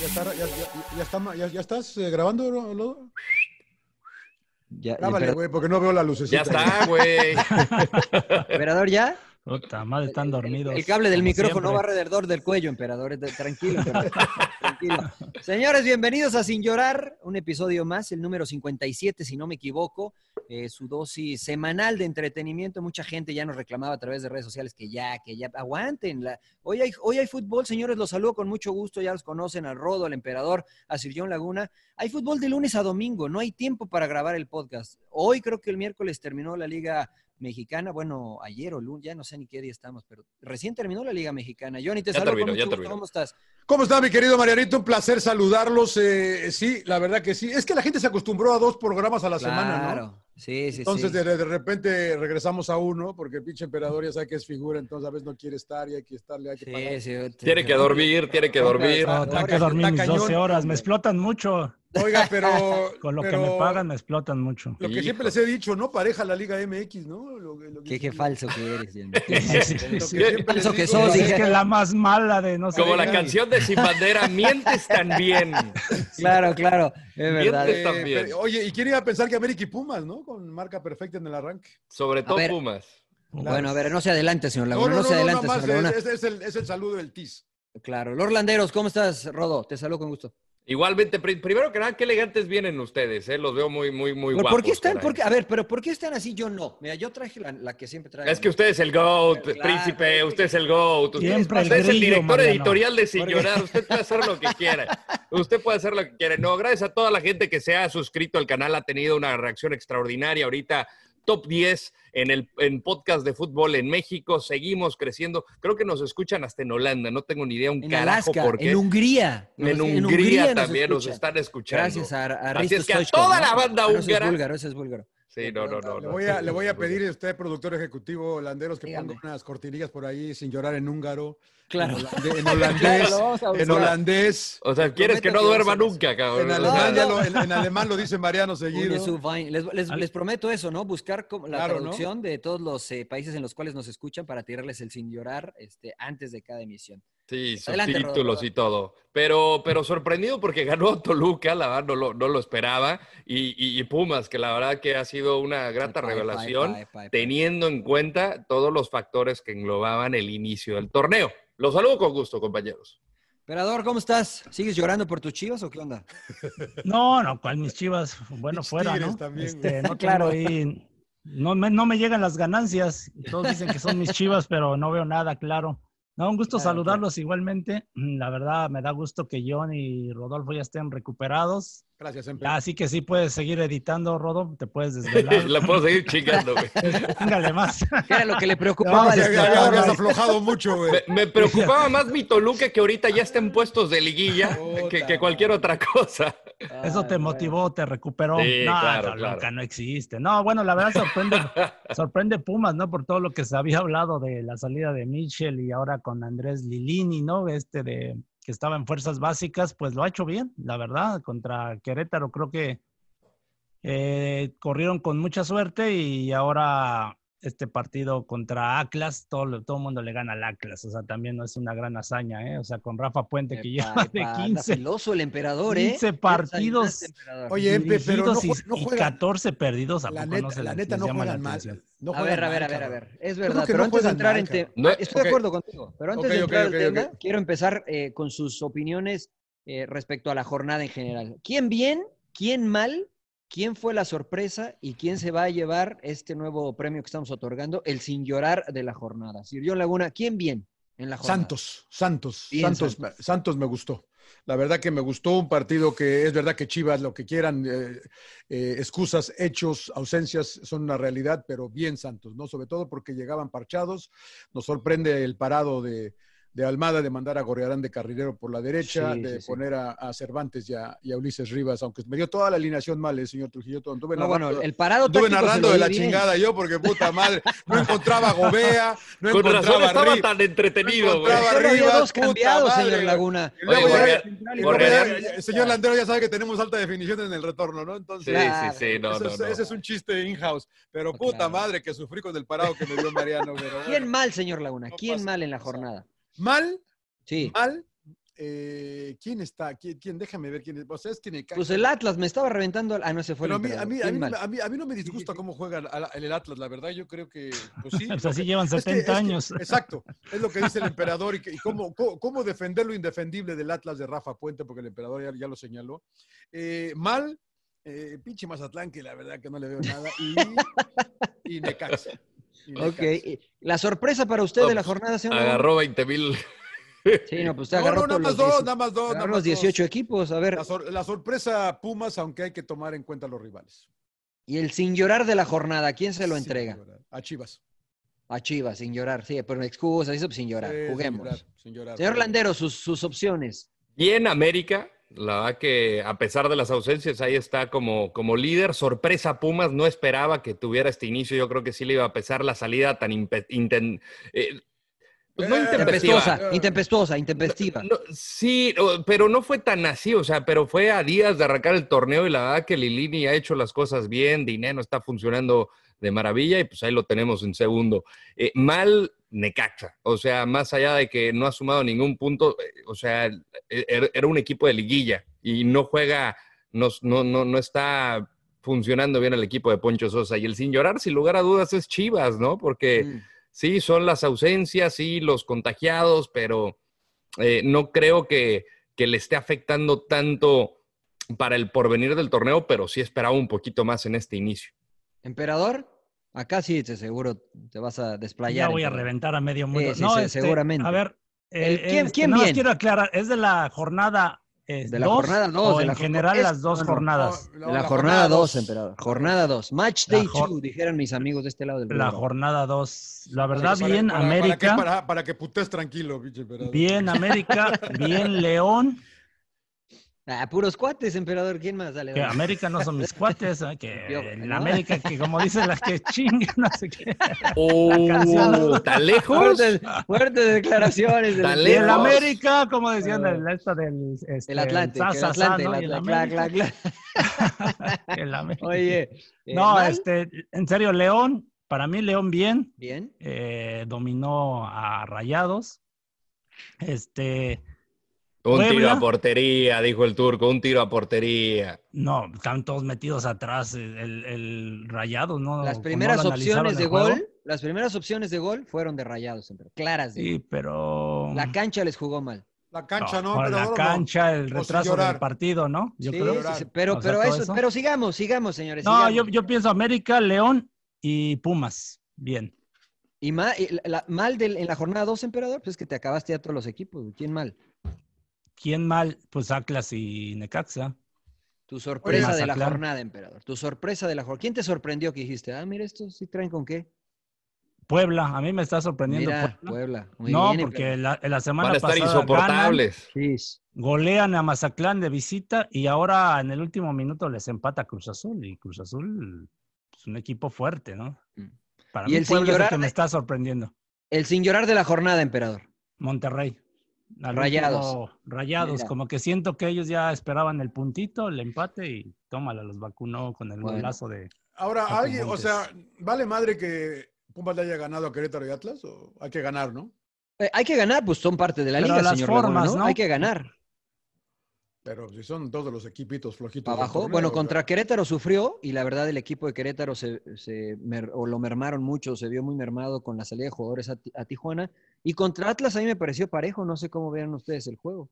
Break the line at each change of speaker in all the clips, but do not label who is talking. Ya, está- ya, ya- ya está- ya- ya estás eh, grabando, ¿no, Lodo?
Ya,
Grábale,
emperador,
güey, porque no veo la lucecita.
güey.
emperador, ¿ya?
Puta madre, están dormidos.
El cable del
como
micrófono
siempre.
va alrededor del cuello, emperador. Es de- Tranquilo, emperador, tranquilo. Señores, bienvenidos a Sin Llorar, un episodio más, el número 57, si no me equivoco. Eh, su dosis semanal de entretenimiento. Mucha gente ya nos reclamaba a través de redes sociales que ya, que ya, aguanten. la- Hoy, hay, hoy hay fútbol, señores, los saludo con mucho gusto. Ya los conocen al Rodo, al Emperador, a Sir John Laguna. Hay fútbol de lunes a domingo, no hay tiempo para grabar el podcast. Hoy creo que el miércoles terminó la Liga mexicana. Bueno, ayer o lunes, ya no sé ni qué día estamos, pero recién terminó la Liga Mexicana. Johnny, te
Ya
saludo. con
terminó,
mucho
ya
gusto.
terminó.
¿Cómo estás?
¿Cómo está, mi querido Marianito? Un placer saludarlos. eh, sí, la verdad que sí. Es que la gente se acostumbró a dos programas a la semana, ¿no?
Sí, sí,
Entonces,
sí.
de, de repente regresamos a uno, porque el pinche emperador ya sabe que es figura, entonces a veces no quiere estar y hay que estarle, hay que pagar.
Tiene que dormir,
tiene
que dormir.
No,
tengo que dormir mis 12 horas, me explotan mucho.
Oiga, pero.
Con lo
pero
que me pagan me explotan mucho.
Lo que siempre les he dicho, ¿no? Pareja la Liga MX, ¿no? Lo, que- lo que-
Qué, qué falso que eres, Johnny.
Sí, sí, sí.
Qué
Sí.
falso que
Pues
sos,
es
dije.
que la más mala de no sé.
Como la canción de Sin Bandera, mientes también.
Claro, claro, es verdad.
Mientes también.
Eh, Pero, oye, ¿y quién iba a pensar que América y Pumas, ¿no? Con marca perfecta en el arranque.
Sobre todo
A ver.
Pumas.
Pues,
Bueno, a ver, no se adelante, señor
No,
Laguna.
no,
No,
no,
se
no,
adelante,
nada más
señor Laguna.
es, es- es el, es el saludo del TIS.
Claro. Los Landeros, ¿cómo estás, Rodo? Te saludo con gusto.
Igualmente, pri- primero que nada, qué elegantes vienen ustedes, ¿eh? Los veo muy, muy, muy
¿Por,
guapos.
por qué están?
caray.
por qué- a ver, pero ¿por qué están así? Yo no. Mira, yo traje la, la que siempre traigo.
Es que usted es el GOAT,
Claro.
príncipe, usted es el GOAT. Usted,
Siempre el
usted es el
grillo,
director
Mariano.
editorial de Sin
Porque-
Llorar. Usted puede hacer lo que quiera. Usted puede hacer lo que quiera. No, gracias a toda la gente que se ha suscrito al canal. Ha tenido una reacción extraordinaria. Ahorita, top 10 en el en podcast de fútbol en México. Seguimos creciendo. Creo que nos escuchan hasta en Holanda. No tengo ni idea un
En
carajo
Alaska,
por qué.
en Hungría.
En,
Nos-
Hungría,
en Hungría nos
también nos,
escuchan.
están escuchando.
Gracias a, a
Así
Risto
es que a
Stoichkov,
toda
¿no?
la banda
Ah, no, ese es
húngara.
búlgaro, ese es búlgaro.
Sí, no, no, no.
Le
no.
voy a, le voy a pedir a usted, productor ejecutivo holanderos, que
Dígame.
ponga unas cortinillas por ahí sin llorar en húngaro.
Claro.
En holande- en holandés.
Claro, lo vamos a
en
buscar.
holandés.
O sea, quieres que no duerma nunca,
En
cabrón. O sea,
alemán, ya
no.
lo- en, en alemán lo dice Mariano
Une su
seguido.
vain- Les, les- les prometo eso, ¿no? Buscar como la
Claro, ¿no?
traducción de todos los eh, países en los cuales nos escuchan para tirarles el sin llorar este, antes de cada emisión.
Sí,
Adelante, Rodo,
subtítulos
perdón.
y todo. Pero, pero sorprendido porque ganó Toluca, la verdad no lo, no lo esperaba. Y, y- y Pumas, que la verdad que ha sido una
Epa,
grata
epa,
revelación,
epa, epa, epa.
teniendo en cuenta todos los factores que englobaban el inicio del torneo. Los saludo con gusto, compañeros.
Emperador, ¿cómo estás? ¿Sigues llorando por tus chivas o qué onda?
No, no, cual mis chivas, bueno,
Mis
fuera,
Tigres
¿no?
también,
Este,
güey.
no
Claro.
claro. no, me, no me llegan las ganancias. Todos dicen que son mis chivas, pero no veo nada claro. No, un gusto
Claro, claro.
saludarlos igualmente. Mm, La verdad, me da gusto que John y Rodolfo ya estén recuperados.
Gracias,
Ya,
emperador.
Así que sí puedes seguir editando, Rodolfo, te puedes
Ah.
desvelar.
La puedo seguir chingando, güey.
Póngale más.
¿Qué era lo que le preocupaba?
Vamos
al
a
Ya, ya, ya
emperador?
habías aflojado mucho, güey.
Me, me preocupaba más mi Toluca que ahorita ya está en puestos de liguilla que, que cualquier otra cosa.
Eso
Ah,
te
bueno.
motivó, te recuperó.
Sí,
no,
claro,
Toluca
claro.
no existe. No, bueno, la verdad sorprende, sorprende Pumas, ¿no? Por todo lo que se había hablado de la salida de Michel y ahora con Andrés Lilini, ¿no? Este de que estaba en fuerzas básicas, pues lo ha hecho bien, la verdad, contra Querétaro creo que eh, corrieron con mucha suerte y ahora este partido contra Atlas, todo el todo mundo le gana al Atlas, o sea, también no es una gran hazaña, ¿eh? O sea, con Rafa Puente que lleva de
Anda
15,
filoso el emperador, ¿eh?
15 partidos
Oye, Empe, pero no
dirigidos y,
jue- no
y
juegan.
14 perdidos, ¿a
La
poco
neta-
no se
la
les-
neta
les
no
llama la
juegan mal.
atención?
No
a ver,
juegan
a ver, a
mal,
ver, a
cabrón.
ver. Es
Yo creo
verdad,
que
pero
no
antes de
juegan
entrar
mal,
en tema,
cabrón. No,
estoy
ok,
de acuerdo
ok,
contigo, pero antes
ok,
de
ok,
entrar
ok,
al tema,
ok.
quiero empezar eh, con sus opiniones eh, respecto a la jornada en general. ¿Quién bien? ¿Quién mal? ¿Quién fue la sorpresa y quién se va a llevar este nuevo premio que estamos otorgando, el sin llorar de la jornada? Sir John Laguna, ¿quién bien en la jornada?
Santos, Santos,
Bien,
Santos, me- Santos me gustó. La verdad que me gustó un partido que es verdad que Chivas, lo que quieran, eh, eh, excusas, hechos, ausencias, son una realidad, pero bien Santos, ¿no? Sobre todo porque llegaban parchados. Nos sorprende el parado de, de Almada de mandar a Gorriarán de carrilero por la derecha,
Sí,
de
sí, sí.
poner a, a Cervantes y a, y a Ulises Rivas, aunque me dio toda la alineación mal el señor Trujillo. todo. Anduve
No, bueno,
narrando-
el parado
anduve
táctico se
narrando
lo
de
di
la
bien.
chingada yo porque puta madre, no encontraba a Gobea, no
Con
encontraba
razón
a
estaba
Rivas.
tan entretenido, güey.
encontraba
Solo había
Rivas,
dos
puta
cambiados,
madre,
señor
güey.
Laguna.
Y luego
Oye,
ya-
Gorriarán-
y luego ya-
Gorriarán-
el señor Landero ya sabe que tenemos alta definición en el retorno, ¿no? Entonces,
Sí, sí, sí, no,
ese,
no,
es,
no.
ese es un chiste in-house. Pero puta madre que sufrí con el parado que me dio Mariano. pero bueno.
¿Quién mal, señor Laguna?
No
¿Quién
pasa Ah,
mal en la jornada?
Mal,
Sí.
mal. eh, ¿Quién está? ¿Quién, quién? Déjame ver quién es. O sea, es que me caga.
Pues el Atlas me estaba reventando. al- Ah, no, se fue el
Pero a mí, a,
emperador.
mí, a,
¿Quién
mí,
mal?
a mí- a mí no me disgusta cómo juega el, el- el Atlas, la verdad. Yo creo que, pues sí.
Pues así
lo que-
llevan
es que-
70
es que-
años.
exacto. Es lo que dice el emperador y, que- y cómo, cómo, cómo defender lo indefendible del Atlas de Rafa Puente, porque el emperador ya, ya lo señaló. Eh, mal, eh, pinche Mazatlán, que la verdad que no le veo nada. Y, y Necaxa. Y
Ok.
Necaxa.
y- La sorpresa para usted de la jornada, señor Laguna.
Agarró 20 mil.
Sí, no, pues usted
No,
agarró
no, nada
todos
más
los
dos,
18
nada más dos.
agarró
Nada
los
más
18
dos.
equipos. A ver,
La, sor- la sorpresa Pumas, aunque hay que tomar en cuenta los rivales.
y el sin llorar de la jornada, ¿quién se lo
Sin
entrega?
llorar. A Chivas.
A Chivas, sin llorar. Sí, pero excusas, eso pues, sin llorar.
Sí, Eh, sin
Juguemos.
llorar, sin llorar.
Señor Landero, sus, sus opciones.
Bien América, la verdad que a pesar de las ausencias ahí está como, como líder. Sorpresa Pumas, no esperaba que tuviera este inicio. Yo creo que sí le iba a pesar la salida tan impe- inten- eh, pues no
Eh,
intempestiva.
Tempestuosa, intempestuosa, intempestiva.
No, sí, o- pero no fue tan así, o sea, pero fue a días de arrancar el torneo y la verdad que Lilini ha hecho las cosas bien, Dinero está funcionando de maravilla y pues ahí lo tenemos en segundo. Eh, mal Necaxa, o sea, más allá de que no ha sumado ningún punto, eh, o sea, er- er- era un equipo de liguilla y no juega, no, no, no, no está funcionando bien el equipo de Poncho Sosa y el sin llorar, sin lugar a dudas, es Chivas, ¿no? Porque
Mm.
sí, son las ausencias, sí, los contagiados, pero eh, no creo que, que le esté afectando tanto para el porvenir del torneo, pero sí esperaba un poquito más en este inicio.
Emperador, acá sí, te seguro te vas a desplayar.
Ya voy a
emperador.
reventar a medio mundo.
Sí, sí,
no,
sí,
este,
seguramente.
A ver,
El-
eh,
¿quién-
este,
quién
nada más
viene?
quiero aclarar, es de la jornada eh,
De la jornada 2.
dos, o en general las dos jornadas.
de la, jornada 2, emperador. Jornada 2. Match
La
day
jor-
2, dijeran mis amigos de este lado del
La
mundo.
jornada 2. La
Para-
verdad,
para-
bien
para- Para que,
América,
para, para que putes tranquilo, pinche emperador.
bien América, bien León.
Ah, puros cuates, emperador. ¿Quién más? Dale,
Que
dale.
América no son mis cuates, ¿eh?
Yo,
que en
¿no?
América, que como dicen las que chingan, no sé qué.
¡Oh! ¿Tan lejos?
Fuertes, fuertes declaraciones. del-
Tan
Y el
lejos.
América, como decían, el, esta del este,
El Eh, Atlante,
el
el
Sa, Sa, Sa,
Atlante,
¿no? Y
el
el
Atlante,
América,
claro, claro,
el América.
claro. Oye, eh,
No,
¿mal?
este, en serio, León, para mí León bien,
Bien.
eh, dominó a Rayados. Este,
Un tiro
Puebla.
a portería, dijo el turco, un tiro a portería.
no, están todos metidos atrás, el, el Rayados, ¿no?
Las
no
primeras
lo analizaron
opciones de
el juego.
gol, las primeras opciones de gol fueron de rayados, emperador. Claras. de-
Sí, pero...
La cancha les jugó mal.
La cancha, ¿no?
por la
emperador? No.
cancha, el
sin
retraso del
llorar.
partido, ¿no? Yo
Sí,
creo.
sí, sí, pero,
O sea,
pero
todo
eso,
eso.
pero sigamos, sigamos, señores.
No,
sigamos.
yo, yo pienso América, León y Pumas. Bien.
Y ma- y la- la- mal del- en la jornada 2, emperador, pues que te acabaste ya todos los equipos. güey. ¿Quién mal?
¿Quién mal? Pues Atlas y Necaxa.
Tu sorpresa de la
Mazatlán.
jornada, emperador. Tu sorpresa de la jornada. ¿Quién te sorprendió que dijiste? Ah, mira, estos sí traen con qué.
Puebla, a mí me está sorprendiendo.
Mira,
Puebla.
Puebla. Muy
No,
bien,
porque
emperador.
la, la semana
Van a estar
pasada ganan,
insoportables.
Sí.
golean a Mazatlán de visita y ahora en el último minuto les empata Cruz Azul y Cruz Azul es un equipo fuerte, ¿no? Para
Mm. Y
mí
el sin
Puebla es el
llorar
que me
de-
está sorprendiendo.
El sin llorar de la jornada, emperador.
Monterrey. Al
Rayados.
último, rayados,
Mira.
como que siento que ellos ya esperaban el puntito, el empate y tómala, los vacunó con el
Bueno.
golazo de...
Ahora,
Paco
alguien, o
Montes.
sea, vale madre que Pumas le haya ganado a Querétaro y Atlas? ¿O hay que ganar, ¿no?
Eh, hay que ganar, pues son parte de la
Pero
liga,
las
señor
formas,
Laguna, ¿no?
¿no?
Hay que ganar.
Pero si son dos de los equipitos flojitos.
Para
del
abajo.
torneo,
Bueno,
¿verdad?
contra Querétaro sufrió y la verdad el equipo de Querétaro se, se mer- o lo mermaron mucho, se vio muy mermado con la salida de jugadores a, Ti- a Tijuana. Y contra Atlas a mí me pareció parejo, no sé cómo vean ustedes el juego.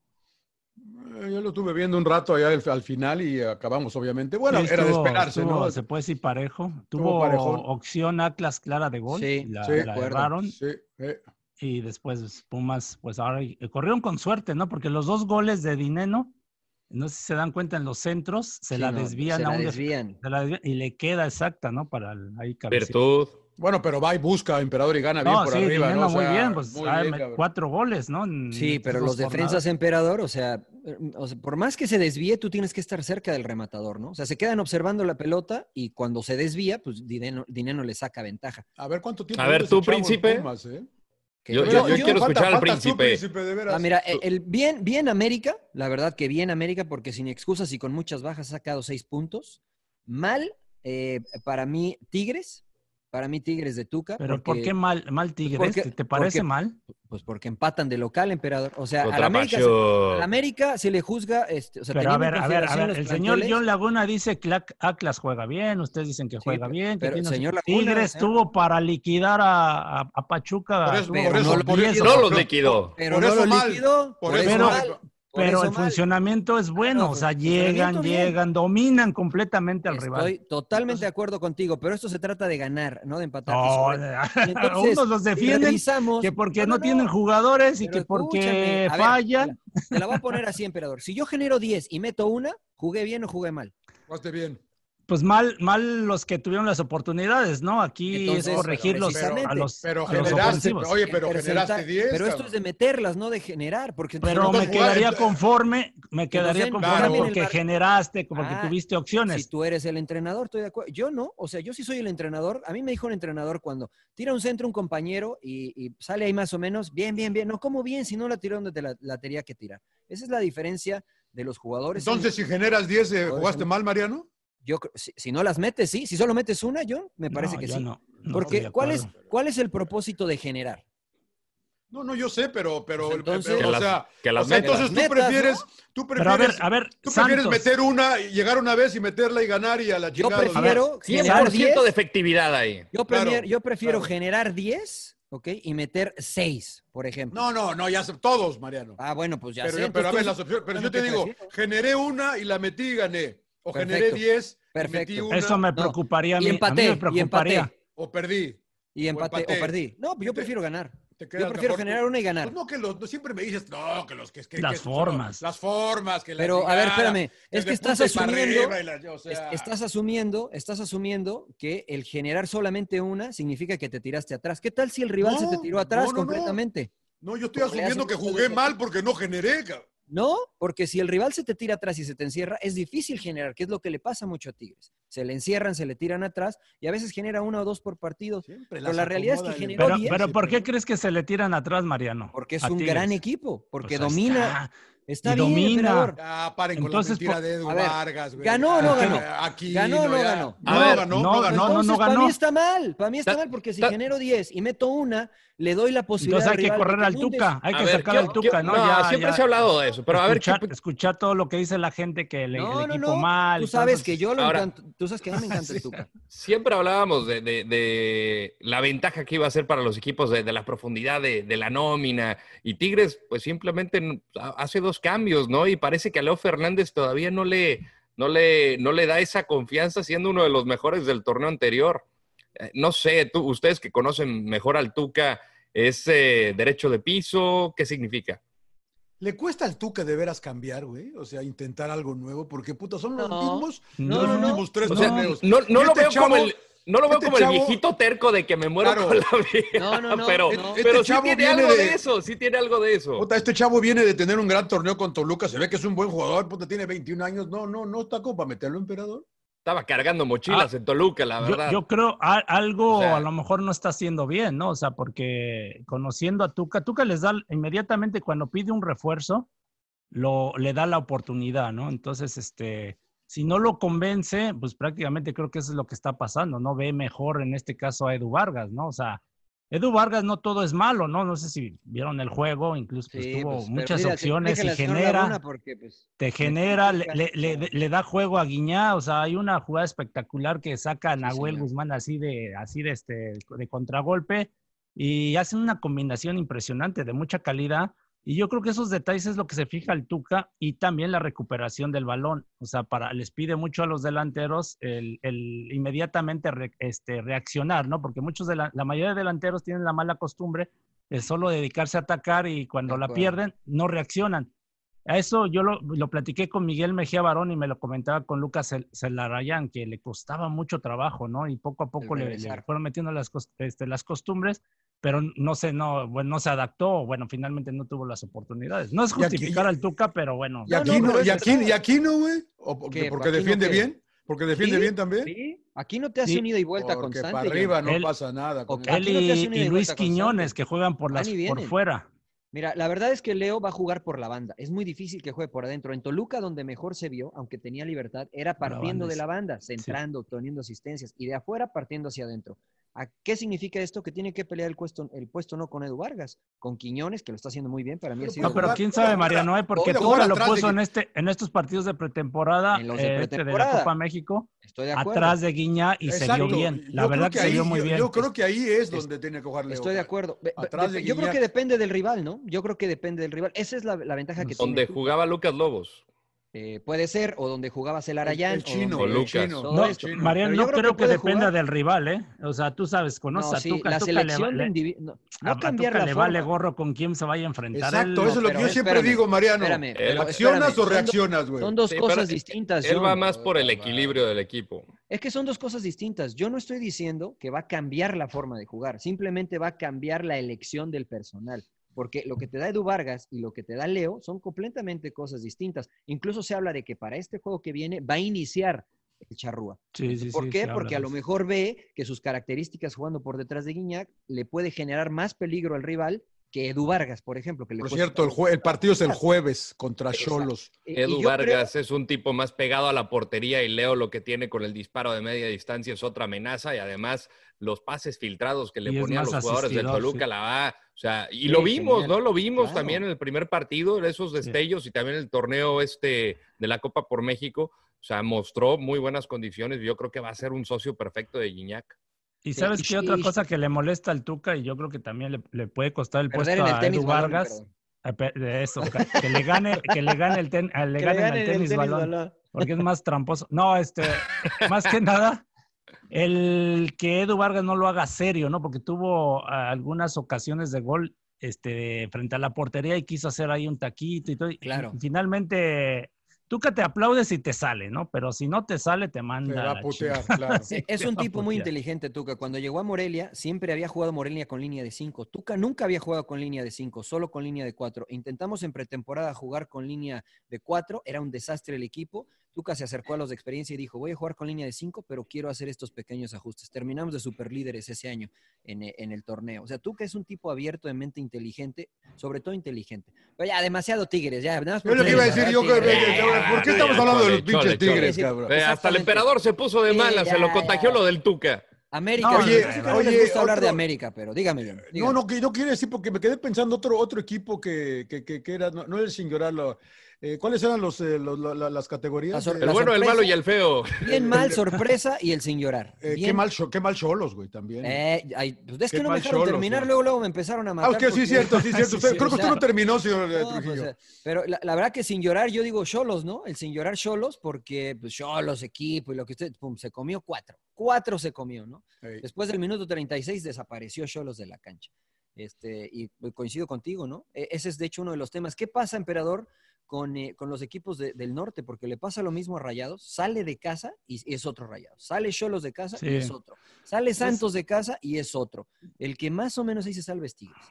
Eh, Yo lo estuve viendo un rato allá al, al final y acabamos, obviamente. Bueno,
Sí,
era de
estuvo-
esperarse,
estuvo,
¿no?
Se puede decir parejo.
Estuvo
Tuvo
parejón.
opción Atlas clara de gol.
Sí,
la,
sí,
la
de acuerdo.
erraron.
eh.
Y después Pumas, pues ahora eh, corrieron con suerte, ¿no? Porque los dos goles de Dineno, no sé si se dan cuenta en los centros, se
Sí,
la
no,
desvían
se
a
la
un def-
desvían.
se la desvían y le queda exacta, ¿no? Para el, ahí cabecear.
Bueno, pero va y busca a Emperador y gana bien
No,
por
sí,
arriba,
Dineno
¿no? O
muy
sea,
bien, pues
muy
ah,
bien,
me-
cabrón.
cuatro goles, ¿no? En
Sí, pero
estas
los
dos
defensas
jornadas.
emperador, o sea, eh, o sea, por más que se desvíe, tú tienes que estar cerca del rematador, ¿no? O sea, se quedan observando la pelota y cuando se desvía, pues Dineno, Dineno le saca ventaja.
A ver cuánto tiempo.
A ver,
dura
tú,
ese chavo en
príncipe.
Pumas, ¿eh? Yo-
Yo, yo- yo
yo-
quiero
falta-
escuchar al
faltas tú,
príncipe.
príncipe, de veras.
Ah, mira, el, el bien, bien América, la verdad que bien América, porque sin excusas y con muchas bajas ha sacado seis puntos. Mal, eh, para mí, Tigres, para mí Tigres de Tuca.
Pero ¿por qué mal, mal Tigres?
porque-
¿Te, te parece
porque-
mal?
Pues porque empatan de local, emperador. O sea, al
Otra
América, se,
pasión.
al América se le juzga, este, o sea,
pero a
teniendo en
ver, a ver, a
consideración
ver,
los
el señor
planteles-
John Laguna dice que Ac- Atlas juega bien, ustedes dicen que juega bien. que
pero,
tiene-
señor Laguna,
Tigres
señor-
tuvo para liquidar a, a- a Pachuca.
Por eso,
pero
por eso,
lo
por eso,
hizo.
por-
pero
por
no
eso
lo
mal,
liquidó,
por
por
eso
eso
mal.
mal. Por
Pero
eso
el
mal.
funcionamiento es bueno,
Claro,
o sea,
el funcionamiento
llegan,
bien.
llegan, dominan completamente al
Estoy
rival.
totalmente de acuerdo contigo, pero esto se trata de ganar, no de empatar. Y
No,
sobre- y entonces,
unos los
si
defienden
revisamos-
que porque no, tienen jugadores y
Pero
que porque
escúchame, a ver,
fallan.
Te la voy a poner así, emperador. Si yo genero 10 y meto una, ¿jugué bien o jugué mal?
Jugaste bien.
Pues mal, mal los que tuvieron las oportunidades, ¿no? Aquí
Entonces,
es corregirlos
precisamente.
a los,
Pero
a los
generaste,
ofensivos.
oye, pero
En porcentaje-
generaste 10.
Pero esto
cabrón.
es de meterlas, no de generar. Porque entonces
Pero
no
me
jugaste.
quedaría conforme, me quedaría
Entonces,
conforme
claro.
porque generaste, porque
Ah,
tuviste opciones.
Si tú eres el entrenador, estoy de acuerdo. Yo no, o sea, yo sí soy el entrenador. A mí me dijo el entrenador cuando tira un centro un compañero y, y sale ahí más o menos, bien, bien, bien. No, como bien, si no la tiró donde te la, la tenía que tirar. Esa es la diferencia de los jugadores.
Entonces, si generas 10, eh, ¿jugaste mal, Mariano?
Yo, creo- si, si no las metes, sí. Si solo metes una, John, me parece
No,
que
yo
sí.
no, no, estoy
Porque,
de
¿cuál es,
acuerdo.
¿cuál es el propósito de generar?
No, no, yo sé, pero, pero,
Pues entonces-
pero,
Que
o
las-
sea,
que las
o sea,
metas.
entonces tú
Metas,
prefieres,
¿no?
tú
Pero a ver,
prefieres,
a ver,
tú prefieres
Santos.
meter una, y llegar una vez y meterla y ganar y a la chingada. los-
prefiero-
A ver,
100%
diez.
de efectividad ahí.
Yo,
Claro,
premier- yo prefiero
claro.
generar 10, ¿ok? Y meter 6, por ejemplo.
No, no, no, ya sé, todos, Mariano.
Ah, bueno, pues ya
pero,
sé.
yo- pero a
entonces
ver,
tú-
las opciones, pero
bueno,
yo te
¿qué
digo,
prefiero?
generé una y la metí y gané. O
Perfecto.
generé 10 y
Perfecto.
metí una.
Eso me preocuparía a
Y
mí. a mí
empaté,
me
y empaté,
preocuparía.
O perdí.
y empaté, o
empaté.
perdí. No, pues yo prefiero ganar.
Te quedas
Yo prefiero
mejor tú.
generar una y ganar.
Pues no, que los, no, siempre me dices, no, que los que... que
Las
que-
formas.
Las formas, que la
Pero, a ver,
chingada,
espérame, es que
de
estás
punta y para
asumiendo-
arriba y la- o sea,
Es- Estás asumiendo, estás asumiendo que el generar solamente una significa que te tiraste atrás. ¿Qué tal si el rival se te
No,
tiró atrás
no, no, no.
completamente?
No, yo estoy
Porque le
asumiendo
hacen
que
ustedes
jugué
de-
mal porque no generé, cabrón.
No, porque si el rival se te tira atrás y se te encierra, es difícil generar, que es lo que le pasa mucho a Tigres. Se le encierran, se le tiran atrás y a veces genera una o dos por partido. Pero la realidad es que generó
Pero,
10
pero ¿por qué crees que se le tiran atrás, Mariano?
porque es
A
un
Tigres.
gran equipo, porque
Pues ahí
domina. Está,
Y
bien,
domina.
emperador.
Ya, paren
Entonces,
con la mentira
por-
de Edu
a ver,
Vargas, güey.
¿ganó o no
Ah,
ganó?
Aquí,
¿Ganó o no
ya.
ganó?
No,
A ver,
ganó, no
no, no,
ganó.
Entonces, para
ganó.
mí está mal, para mí está
Ta-
mal, porque si
ta-
genero 10 y meto una, le doy la posibilidad
Entonces hay que
rival de
correr al
te inundes.
Tuca, hay
A
que
ver,
sacar
yo-
al Tuca,
yo-
¿no?
no,
Ya-
siempre
ya-
se ha hablado de eso, pero a ver,
escuchar,
¿qué-
escuchar todo lo que dice la gente que el,
No,
el
no,
equipo
no.
mal.
Tú sabes
entonces-
que yo lo
Ahora-
encanto, tú sabes que a mí me encanta el Tuca.
Pues
Siempre hablábamos de, de- de la ventaja que iba a ser para los equipos, de, de la profundidad de, de la nómina. Y Tigres, pues simplemente n- ha- hace dos cambios, ¿no? Y parece que a Leo Fernández todavía no le, no le, no le da esa confianza siendo uno de los mejores del torneo anterior. Eh, No sé, tú, ustedes que conocen mejor al Tuca, ¿es eh, derecho de piso? ¿Qué significa?
¿Le cuesta al Tuca de veras cambiar, güey? O sea, intentar algo nuevo, porque puta, son los
No.
mismos
pues, No,
los
no, no.
últimos tres
O sea,
torneos.
no, no
Y
lo
este
veo
chavo-
como el... No lo veo
este
como el
chavo-
viejito terco de que me muero
Claro.
con la vida.
No, no, no,
pero
no.
Este
pero sí
chavo
tiene
viene
algo de...
de-
eso, sí tiene algo de eso.
Puta, este chavo viene de tener un gran torneo con Toluca, se ve que es un buen jugador, puta, tiene 21 años. No, no, no está como para meterlo, emperador.
Estaba cargando
Ah,
mochilas en Toluca, la
Yo,
verdad.
yo creo a- algo
O sea-
a lo mejor no está haciendo bien, ¿no? O sea, porque conociendo a Tuca, Tuca les da inmediatamente cuando pide un refuerzo, lo, le da la oportunidad, ¿no? Entonces, este, si no lo convence, pues prácticamente creo que eso es lo que está pasando, ¿no? Ve mejor en este caso a Edu Vargas, ¿no? O sea, Edu Vargas no todo es malo, ¿no? No sé si vieron el juego, incluso pues,
Sí,
tuvo
pues, pero
muchas
mira, te-
opciones y
déjala, señor Laguna,
genera,
porque, pues,
te genera, le, le- le- le da juego a Guiñá, o sea, hay una jugada espectacular que saca a Nahuel Guzmán así de, así de este, de contragolpe y hacen una combinación impresionante de mucha calidad. Y yo creo que esos detalles es lo que se fija el Tuca y también la recuperación del balón. O sea, para, les pide mucho a los delanteros el, el inmediatamente re- este, reaccionar, ¿no? Porque muchos de la, la mayoría de delanteros tienen la mala costumbre de solo dedicarse a atacar y cuando la
acuerdo.
pierden no reaccionan. A eso yo lo, lo platiqué con Miguel Mejía Barón y me lo comentaba con Lucas Cel- Celarayán, que le costaba mucho trabajo, ¿no? Y poco a poco le, le
regresar.
fueron metiendo las, cos- este, las costumbres, pero no se, no, bueno, no se adaptó, bueno, finalmente no tuvo las oportunidades. No es
Y aquí-
justificar al Tuca, pero bueno.
¿Y aquí no, y aquí, y aquí no, güey? ¿O porque,
¿Qué?
porque
¿Aquí no
defiende
qué?
bien? ¿Porque defiende
Sí,
bien también.
Sí, aquí no te hace
Sí.
un ida y vuelta
Porque
constante.
para arriba no
John.
pasa nada. con
Ok.
eso.
Él
Aquí no te
y,
hacen una
y
de
Luis
vuelta
Quiñones,
constante.
que juegan por,
Van
las,
y
por
vienen.
fuera.
Mira, la verdad es que Leo va a jugar por la banda. Es muy difícil que juegue por adentro. En Toluca, donde mejor se vio, aunque tenía libertad, era
Por la
partiendo
banda,
de la
sí.
banda, centrando, obteniendo asistencias y de afuera partiendo hacia adentro. ¿A qué significa esto? Que tiene que pelear el puesto, el puesto no con Edu Vargas, con Quiñones, que lo está haciendo muy bien. Para mí ha sido.
No, pero quién sabe, Mariano, ¿eh? porque
Oye,
Tuca
jugar
lo
atrás de
puso
Gui-
en, este, en estos partidos de pretemporada,
En los de
eh, este, de la
pretemporada.
Copa México,
Estoy de acuerdo.
atrás de Guiñá y se
Exacto.
vio bien. La
Yo creo
verdad que, se
ahí-
vio muy
yo-
bien.
Yo creo que ahí es donde tiene que jugar Leo.
Estoy de acuerdo. Be- be-
Atrás de
yo creo
Guiñac.
que depende del rival, ¿no? Yo creo que depende del rival. Esa es la, la ventaja que
Donde
tiene.
jugaba Lucas Lobos.
Eh, puede ser, o donde jugaba Celarayán.
El- el chino,
o donde-
el chino,
todo
No,
esto.
Mariano,
Pero
no
yo
creo, que,
puede
dependa
jugar-
del rival, ¿eh? O sea, tú sabes, conoces
No,
a
sí,
Tuca.
la
Tuca
selección de
le, le-
indivi- no,
a-
no
a
cambiar
Tuca
la
le
forma.
vale gorro con quién se vaya a enfrentar.
Exacto,
él-
eso es lo que
pero
yo siempre
espérame,
digo, Mariano.
espérame, pero
¿Accionas
espérame,
o reaccionas, güey?
Son dos
Sí, pero
cosas
él-
distintas.
Él va
John.
más por el equilibrio del equipo.
Es que son dos cosas distintas. Yo no estoy diciendo que va a cambiar la forma de jugar, simplemente va a cambiar la elección del personal. Porque lo que te da Edu Vargas y lo que te da Leo son completamente cosas distintas. Incluso se habla de que para este juego que viene va a iniciar el charrúa.
Sí, sí,
¿Por
sí,
qué?
se
Porque a
habla
lo
de eso.
mejor ve que sus características jugando por detrás de Guiñac le puede generar más peligro al rival que Edu Vargas, por ejemplo. Que le
Por
cuesta
cierto, el,
tanto
jue- el partido es el
trabajo.
jueves contra
Exacto.
Cholos.
Y- y
Edu
yo creo-
Vargas es un tipo más pegado a la portería y Leo lo que tiene con el disparo de media distancia es otra amenaza y además los pases filtrados que
Y
le
es
ponían
más
los jugadores del
asistidor,
Toluca
sí.
la va, o sea, y
Sí,
lo vimos,
genial.
¿no? Lo vimos
Claro.
también en el primer partido, en esos destellos y también el torneo este de la Copa por México, o sea, mostró muy buenas condiciones, yo creo que va a ser un socio perfecto de Eh, Guiñac.
Y
Sí,
sabes
y-
que otra
y-
cosa que le molesta al Tuca, y yo creo que también le, le puede costar el
Perder
puesto
en el
a
tenis
Edu
balón,
Vargas,
perdón.
a pe- de eso, ca- que le gane, que le gane el, ten- a- le
Que le
ganen al
ganen el
tenis,
tenis
balón,
balón.
porque es más tramposo. No, este, más que nada, el que Edu Vargas no lo haga serio, ¿no? Porque tuvo ah, algunas ocasiones de gol este, frente a la portería y quiso hacer ahí un taquito y todo. y
Claro.
finalmente, Tuca te aplaudes y te sale, ¿no? Pero si no te sale, te manda.
Te va
a
a
la
putear,
chingada.
claro.
Sí,
Es
te
un
va a
tipo muy
putear.
inteligente, Tuca. Cuando llegó a Morelia, siempre había jugado Morelia con línea de 5. Tuca nunca había jugado con línea de 5, solo con línea de 4. Intentamos en pretemporada jugar con línea de 4, era un desastre el equipo. Tuca se acercó a los de experiencia y dijo, voy a jugar con línea de 5, pero quiero hacer estos pequeños ajustes. Terminamos de superlíderes ese año en, e- en el torneo. O sea, Tuca es un tipo abierto de mente inteligente, sobre todo inteligente. Pero ya, demasiado Tigres, ya. Nada más
Yo lo que iba a
Tigres,
decir, yo
¿verdad?
creo que-
Tigres.
que- ¿por qué
Ah,
estamos
ya,
hablando de los
chole, chole,
pinches tigres,
chole.
cabrón?
Eh, hasta el
Exactamente.
emperador se puso de
Sí,
mala, se
ya,
lo contagió
ya.
lo del Tuca.
América,
No,
oye,
no, no,
no les
oye,
gusta hablar de
otro-
América, pero dígame bien.
No,
dígame.
no, que no quiere decir porque me quedé pensando otro otro equipo que, que, que, que era, no, no era el sin llorarlo. Eh, ¿Cuáles eran los, eh, los- la- la- las categorías?
Las or-
Eh,
El
La
bueno, el malo
sorpresa.
y el feo.
Bien mal, sorpresa y el sin llorar.
eh, qué
Bien-
mal cho- qué mal cholos, güey, también.
Eh, ay, pues es
Qué
que no me
mal
dejaron
Xolos,
terminar,
güey.
luego, luego me empezaron a
ah,
matar.
usted sí
porque-
es cierto, sí es cierto.
Sí,
Usted-
sí,
creo que
o
usted
sea,
no terminó, señor eh,
no, pues,
Trujillo.
eh, pero la, la verdad que sin llorar, yo digo Cholos, ¿no? El sin llorar Cholos, porque pues Cholos, equipo y lo que usted, pum, se comió cuatro. Cuatro se comió, ¿no?
Ey.
Después del minuto 36 desapareció Cholos de la cancha. Este, y coincido contigo, ¿no? E- Ese es de hecho uno de los temas. ¿Qué pasa, emperador, con, eh, con los equipos de- del norte? Porque le pasa lo mismo a Rayados. Sale de casa y, y es otro Rayado. Sale Cholos de casa
Sí.
y es otro. Sale Santos de casa y es otro. El que más o menos ahí se salva es Tigres.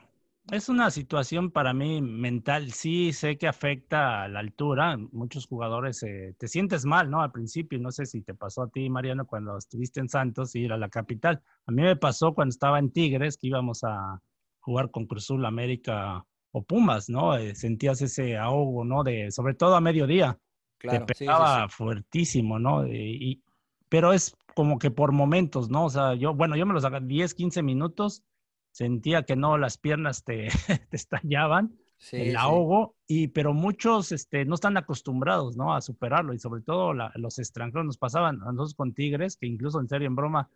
Es una situación para mí mental. Sí, sé que afecta a la altura. Muchos jugadores eh, te sientes mal, ¿no? Al principio, no sé si te pasó a ti, Mariano, cuando estuviste en Santos y ir a la capital. A mí me pasó cuando estaba en Tigres, que íbamos a jugar con Cruzul, América o Pumas, ¿no? Eh, sentías ese ahogo, ¿no? De, sobre todo a mediodía.
Claro,
te
sí, sí,
pegaba fuertísimo, ¿no? Y, y- pero es como que por momentos, ¿no? O sea, yo, bueno, yo me los haga 10, 15 minutos, sentía que no, las piernas te, te estallaban, el
sí.
ahogo, y, pero muchos este, no están acostumbrados, ¿no? A superarlo, y sobre todo la- los extranjeros nos pasaban a nosotros con Tigres, que incluso en serio, en broma,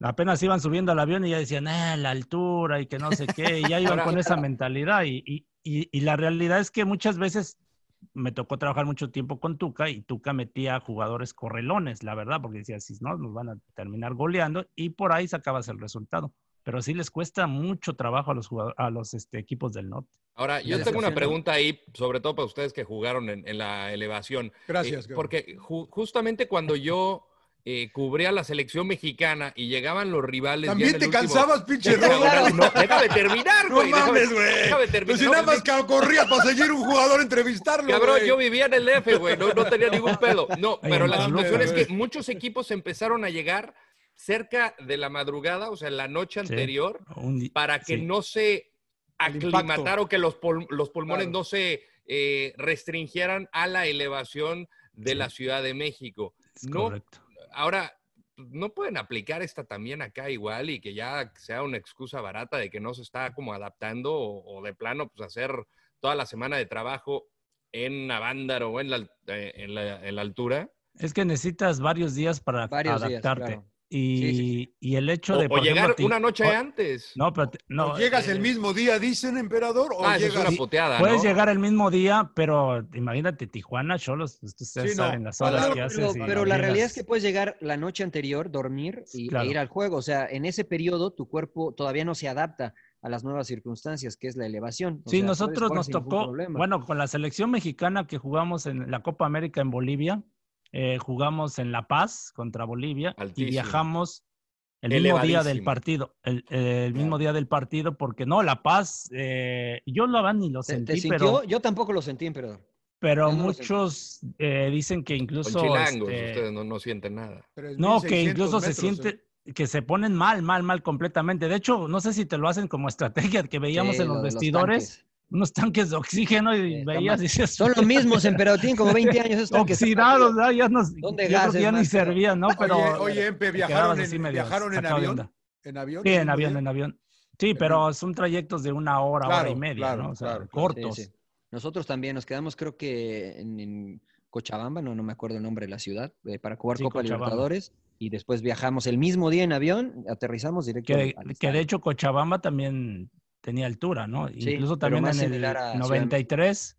apenas iban subiendo al avión y ya decían, ah, la altura y que no sé qué, y ya iban con esa mentalidad. Y, y- y- y la realidad es que muchas veces me tocó trabajar mucho tiempo con Tuca y Tuca metía jugadores correlones, la verdad, porque decía, si no, nos van a terminar goleando y por ahí sacabas el resultado. Pero sí les cuesta mucho trabajo a los, jugado- a los este, equipos del norte.
Ahora, yo
Ya
tengo
está
una
haciendo.
pregunta ahí, sobre todo para ustedes que jugaron en, en la elevación. Eh,
eh,
Gracias, Gabo.
porque ju- justamente cuando yo eh, cubría la selección mexicana y llegaban los rivales. ya
También
en el
te
último
cansabas, pinche
hexagonal,
Rodo, ¿no?
Déjame terminar,
No
güey. déjame-
mames, güey.
Déjame
Pues
terminar.
si
No,
nada
pues,
más ca- corría para seguir un jugador a entrevistarlo.
Cabrón,
güey.
yo vivía en el F, güey. No, no tenía ningún pedo. No,
Ay,
pero la
mames,
situación es
güey.
que muchos equipos empezaron a llegar cerca de la madrugada, o sea, la noche
Sí.
anterior,
Un di-
para que
sí.
no se
impacto.
aclimatara o que los, pul- los pulmones
Claro.
no se eh, restringieran a la elevación de la Ciudad de México.
Es
No,
correcto.
ahora, ¿no pueden aplicar esta también acá igual y que ya sea una excusa barata de que no se está como adaptando o, o de plano pues hacer toda la semana de trabajo en Avándaro o en la, al- eh, en la- en la altura?
Es que necesitas varios días para
Varios días,
adaptarte.
claro.
y, y el hecho
O,
de...
o
por ejemplo,
llegar
ti-
una noche
o-
antes.
No, pero... te- no,
¿O llegas
eh,
el mismo día, dicen, emperador? ¿O
Ah, esa es
llegas...
una puteada,
Puedes llegar el mismo día, pero imagínate Tijuana, Cholos, pues, ustedes
Sí, no.
saben las horas
Claro,
que haces.
pero,
y
pero la
llegas.
realidad es que puedes llegar la noche anterior, dormir y, e
Claro.
ir al juego. O sea, en ese periodo tu cuerpo todavía no se adapta a las nuevas circunstancias, que es la elevación. O sea,
Sí,
puedes
nosotros
jugar
nos
sin ningún
tocó,
problema.
bueno, con la selección mexicana que jugamos en la Copa América en Bolivia, eh, jugamos en La Paz contra Bolivia
Altísimo.
y viajamos el mismo día del
Elevadísimo.
partido, el, eh, el mismo día del partido, porque no, La Paz, eh, yo la van ni lo
¿Te- te
sentí,
sintió?
pero...
Yo tampoco lo sentí, emperador.
Pero
Yo no lo
muchos eh, dicen que
Con
incluso...
chilangos,
este,
ustedes no, no sienten nada.
No, que incluso se siente,
sienten
eh.
que se ponen mal, mal, mal completamente. De hecho, no sé si te lo hacen como estrategia que veíamos
Sí,
en los
lo de los
vestidores,
tanques.
unos tanques de oxígeno y veías
mal.
y dices,
Son los mismos, emperador, tienen como 20 años esos tanques.
Oxidados, ¿verdad? ya, nos,
¿Dónde
yo creo que
gases
ya ni
más, pero-
servían, ¿no? Pero eh,
Oye, oye, Empe,
te
¿viajaron
quedabas
en,
así medio
¿viajaron en
sacado de
avión?
onda.
¿En avión?
Sí,
¿El
en
mismo
avión,
día?
en avión. Sí, pero son trayectos de una hora, hora y
Claro,
media,
claro,
¿no? O sea,
claro, claro.
cortos.
Sí, sí. Nosotros también nos quedamos, creo que en, en Cochabamba, no, no me acuerdo el nombre de la ciudad, eh, para jugar
Sí,
Copa
Cochabamba.
Libertadores. Y después viajamos el mismo día en avión, aterrizamos directo. al-
Que,
al
que
estadio.
de hecho Cochabamba también tenía altura, ¿no?
Sí, pero
Incluso también
más
en el
similar a Ciudad de
93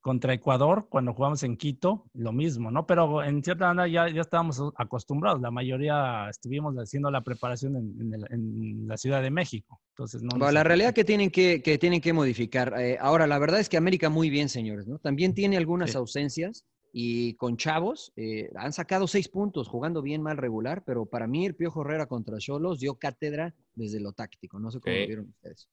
contra Ecuador, cuando jugamos en Quito, lo mismo, ¿no? Pero en cierta manera ya, ya estábamos acostumbrados, la mayoría estuvimos haciendo la preparación en, en el- en la Ciudad de México. Entonces, no
Bueno,
nos-
la realidad que tienen que, que tienen que modificar. Eh, ahora, la verdad es que América muy bien, señores, ¿no? También tiene algunas ausencias y con Chavos eh, han sacado seis puntos jugando bien mal regular, pero para mí el Piojo Herrera contra Cholos dio cátedra desde lo táctico. No sé cómo
Sí.
lo vieron ustedes.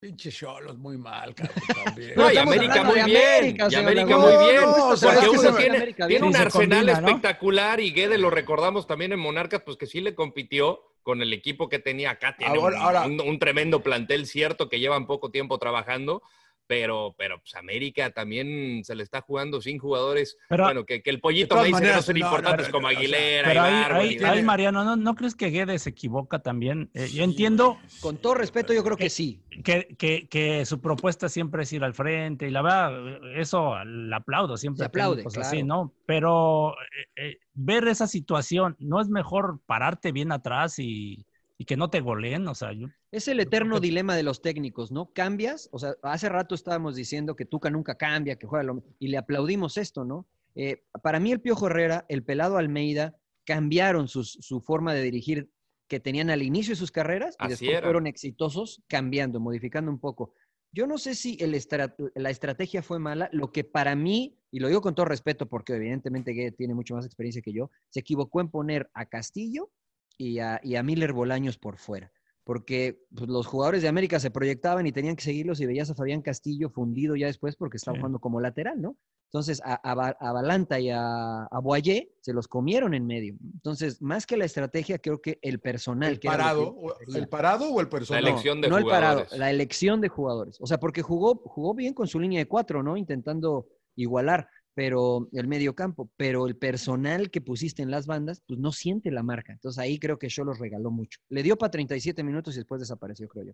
Pinche Cholos, muy mal, cabrón. también.
No, y América muy bien.
América,
y
señor
América
Laguna.
muy bien.
No, no, o sea,
porque
es que
uno
se-
tiene,
América
tiene
bien.
un
Sí, se
arsenal
combina, ¿no?
espectacular y Guede lo recordamos también en Monarcas, pues que sí le compitió con el equipo que tenía acá. Tiene
Ahora-
un,
ahora-
un- un tremendo plantel, cierto, que llevan poco tiempo trabajando. Pero, pero pues América también se le está jugando sin jugadores.
Pero-
bueno, que, que el
De
pollito
todas
me dice que no
maneras,
son
no, no,
importantes
pero-
como Aguilera,
Pero ahí,
Ibargüen,
ahí-
y-
ahí, Mariano, ¿no, ¿no crees que Guedes se equivoca también? Eh, yo entiendo...
Con todo respeto, yo creo que sí.
que, que- que su propuesta siempre es ir al frente y la verdad, eso la aplaudo, siempre
Se aplaude,
pues,
claro.
así, ¿no? Pero eh, eh, ver esa situación, ¿no es mejor pararte bien atrás y, y que no te goleen? O sea, yo-
Es el eterno dilema de los técnicos, ¿no? Cambias, o sea, hace rato estábamos diciendo que Tuca nunca cambia, que juega lo y le aplaudimos esto, ¿no? Eh, para mí el Piojo Herrera, el Pelado Almeida, cambiaron sus- su forma de dirigir que tenían al inicio de sus carreras y
Así
después
era.
fueron exitosos cambiando, modificando un poco. Yo no sé si el estra- la estrategia fue mala, lo que para mí, y lo digo con todo respeto porque evidentemente Guede tiene mucho más experiencia que yo, se equivocó en poner a Castillo y a, y a Miller Bolaños por fuera. Porque pues, los jugadores de América se proyectaban y tenían que seguirlos y veías a Fabián Castillo fundido ya después porque estaba jugando como lateral, ¿no? Entonces a, a Ba- a Balanta y a, a Boyer se los comieron en medio. Entonces, más que la estrategia, creo que el personal.
¿El
que era lo
parado,
que-
o- ¿El parado o el personal?
La elección de
no el parado,
jugadores.
la elección de jugadores. O sea, porque jugó, jugó bien con su línea de cuatro, ¿no? Intentando igualar. pero el medio campo, pero el personal que pusiste en las bandas, pues no siente la marca. Entonces ahí creo que yo los regaló mucho. Le dio para 37 minutos y después desapareció, creo yo.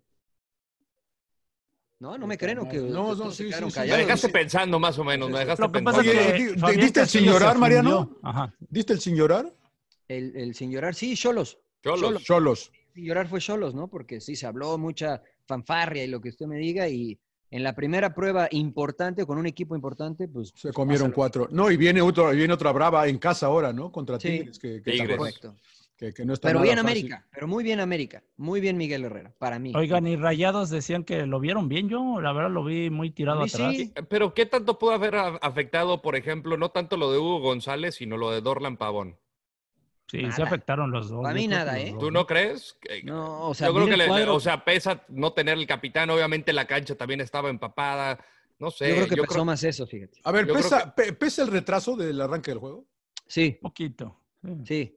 No, no me creen o que.
No,
no, sí,
sí, sí. Me dejaste pensando más o menos, me dejaste
Lo que
pensando.
pasa es que Oye, Fabián
¿diste el
sin llorar, Mariano?
Ajá.
¿Diste el sin llorar?
El, el sin llorar, sí, Cholos.
Cholos. Cholos.
Sin llorar fue Cholos, ¿no? Porque sí, se habló mucha fanfarria y lo que usted me diga, y en la primera prueba importante, con un equipo importante, pues.
Se comieron cuatro. No, y viene, otro, y viene otra brava en casa ahora, ¿no? Contra
Sí.
Tigres. Que, que
Tigres.
tampoco-
Correcto.
que- que no está
Pero
nada
bien
fácil.
América, pero muy bien América. Muy bien Miguel Herrera, para mí.
Oigan, y Rayados decían que lo vieron bien. Yo, la verdad, lo vi muy tirado atrás.
Pero ¿qué tanto pudo haber a- afectado, por ejemplo, no tanto lo de Hugo González, sino lo de Dorlan Pavón?
Sí, se afectaron los dos.
Para
Yo
mí
creo que
nada,
los
¿eh?
dos.
¿Tú no crees? Que-
No, o sea,
Yo creo
mira
que
el
le- le-
cuadro.
o sea, pesa no tener el capitán. Obviamente la cancha también estaba empapada. No sé.
yo creo que pasó más eso, fíjate.
A ver,
Yo creo
pesa, pe- ¿pesa el retraso del arranque del juego?
Sí.
Poquito.
Sí.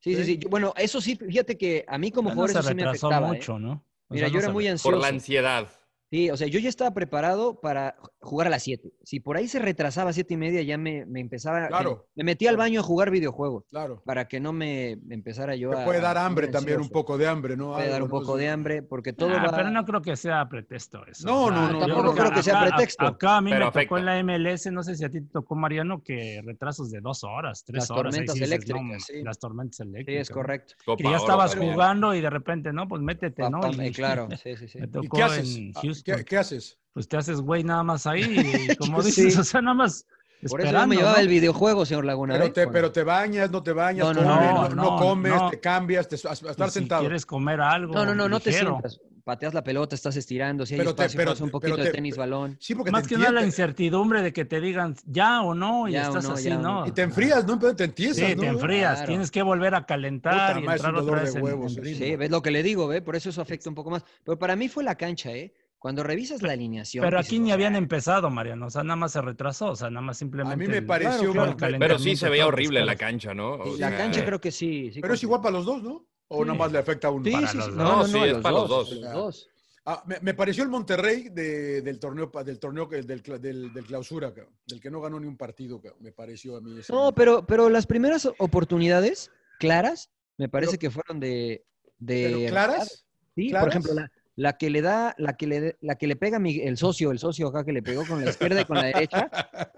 Sí, sí, sí. Yo- Bueno, eso sí, fíjate que a mí como
No
jugador
se
eso sí me
retrasó
afectaba. ¿eh?
mucho, ¿no? O
Mira,
sea,
yo
no
era
se
muy
re-
ansioso.
Por la ansiedad.
Sí, o sea, yo ya estaba preparado para jugar a las 7. Si por ahí se retrasaba a 7 y media, ya me, me empezaba.
Claro.
Me, me metía al baño a jugar videojuegos.
Claro.
Para que no me empezara yo
Te
a.
puede dar
a-
hambre
muy
también, un
ansioso.
poco de hambre, ¿no?
Puede dar
Algo,
un
¿no?
poco de hambre, porque todo
Ah,
va.
Pero no creo que sea pretexto eso.
No, no, no,
yo
tampoco creo que
sea
acá-
pretexto.
a- Acá a mí
Pero
me tocó en la MLS, no sé si a ti te tocó, Mariano, que retrasos de dos horas, tres
Las
horas. ahí
tormentas
sí dices,
eléctricas,
no,
sí.
Las tormentas eléctricas.
Sí, es
¿no?
correcto.
Que ya estabas jugando y de repente, no, pues métete, ¿no?
Pa- pa-
Y-
Ah, eh, claro, sí, sí, sí.
Me
¿Y
tocó
qué haces?
en
Ah,
Houston.
¿Qué, qué haces?
Pues te haces güey nada más ahí, y como
Sí.
dices, o sea, nada más
Por eso yo me
esperando,
llevaba
¿no?
el videojuego, señor Laguna.
Pero
¿eh?
te,
Bueno,
pero te bañas, no te bañas,
No, no,
comes,
no,
no, no
no,
comes,
no.
te cambias, te, a, a estar
Y si
sentado.
quieres comer algo
No, no, no, no te
ligero.
sientas. Pateas la pelota, estás estirando, si hay
Pero te-
espacio,
pero
juegas un
te-
poquito
pero
de
te-
tenis balón.
Sí, porque
Más que nada la incertidumbre de que te digan ya o no y
Ya o
estás
no,
así,
ya o
¿no?
no.
Y te enfrías, ¿no? Pero Te entiendas,
Sí,
¿no?
te enfrías,
Claro.
tienes que volver a calentar
Puta madre,
y
es un
entrar
dolor
otra
de
vez en-
huevos,
en
eso.
ritmo.
Sí, ves lo que le digo, ¿ve? Por eso eso afecta un poco más. Pero para mí fue la cancha, ¿eh? Cuando revisas la alineación.
Pero
dices,
aquí
o
ni
sea,
habían empezado, Mariano, o sea, nada más se retrasó, o sea, nada más simplemente...
A mí me pareció-
como
Claro, claro.
el
Pero sí
calentamiento,
se veía
todo,
horrible
pues,
la
claro.
cancha, ¿no? O
La
sea,
cancha creo que sí. sí
Pero es igual para los dos, ¿no? O
Sí.
nada más le afecta a uno.
Sí,
para
sí,
los
sí.
dos.
No, no,
No, sí,
no, a
es
los
para los
dos,
dos.
a los dos.
Ah, me, me pareció el Monterrey de- del torneo, pa- del torneo, que- del, cla- del, del clausura, cabrón, del que no ganó ni un partido, cabrón, me pareció a mí. ese.
No, pero, pero las primeras oportunidades claras me parece que fueron de. de
¿Pero claras?
Sí,
¿Claras?
por ejemplo, la, la que le da, la que le, la que le pega a mi- el socio, el socio acá que le pegó con la izquierda y con la derecha,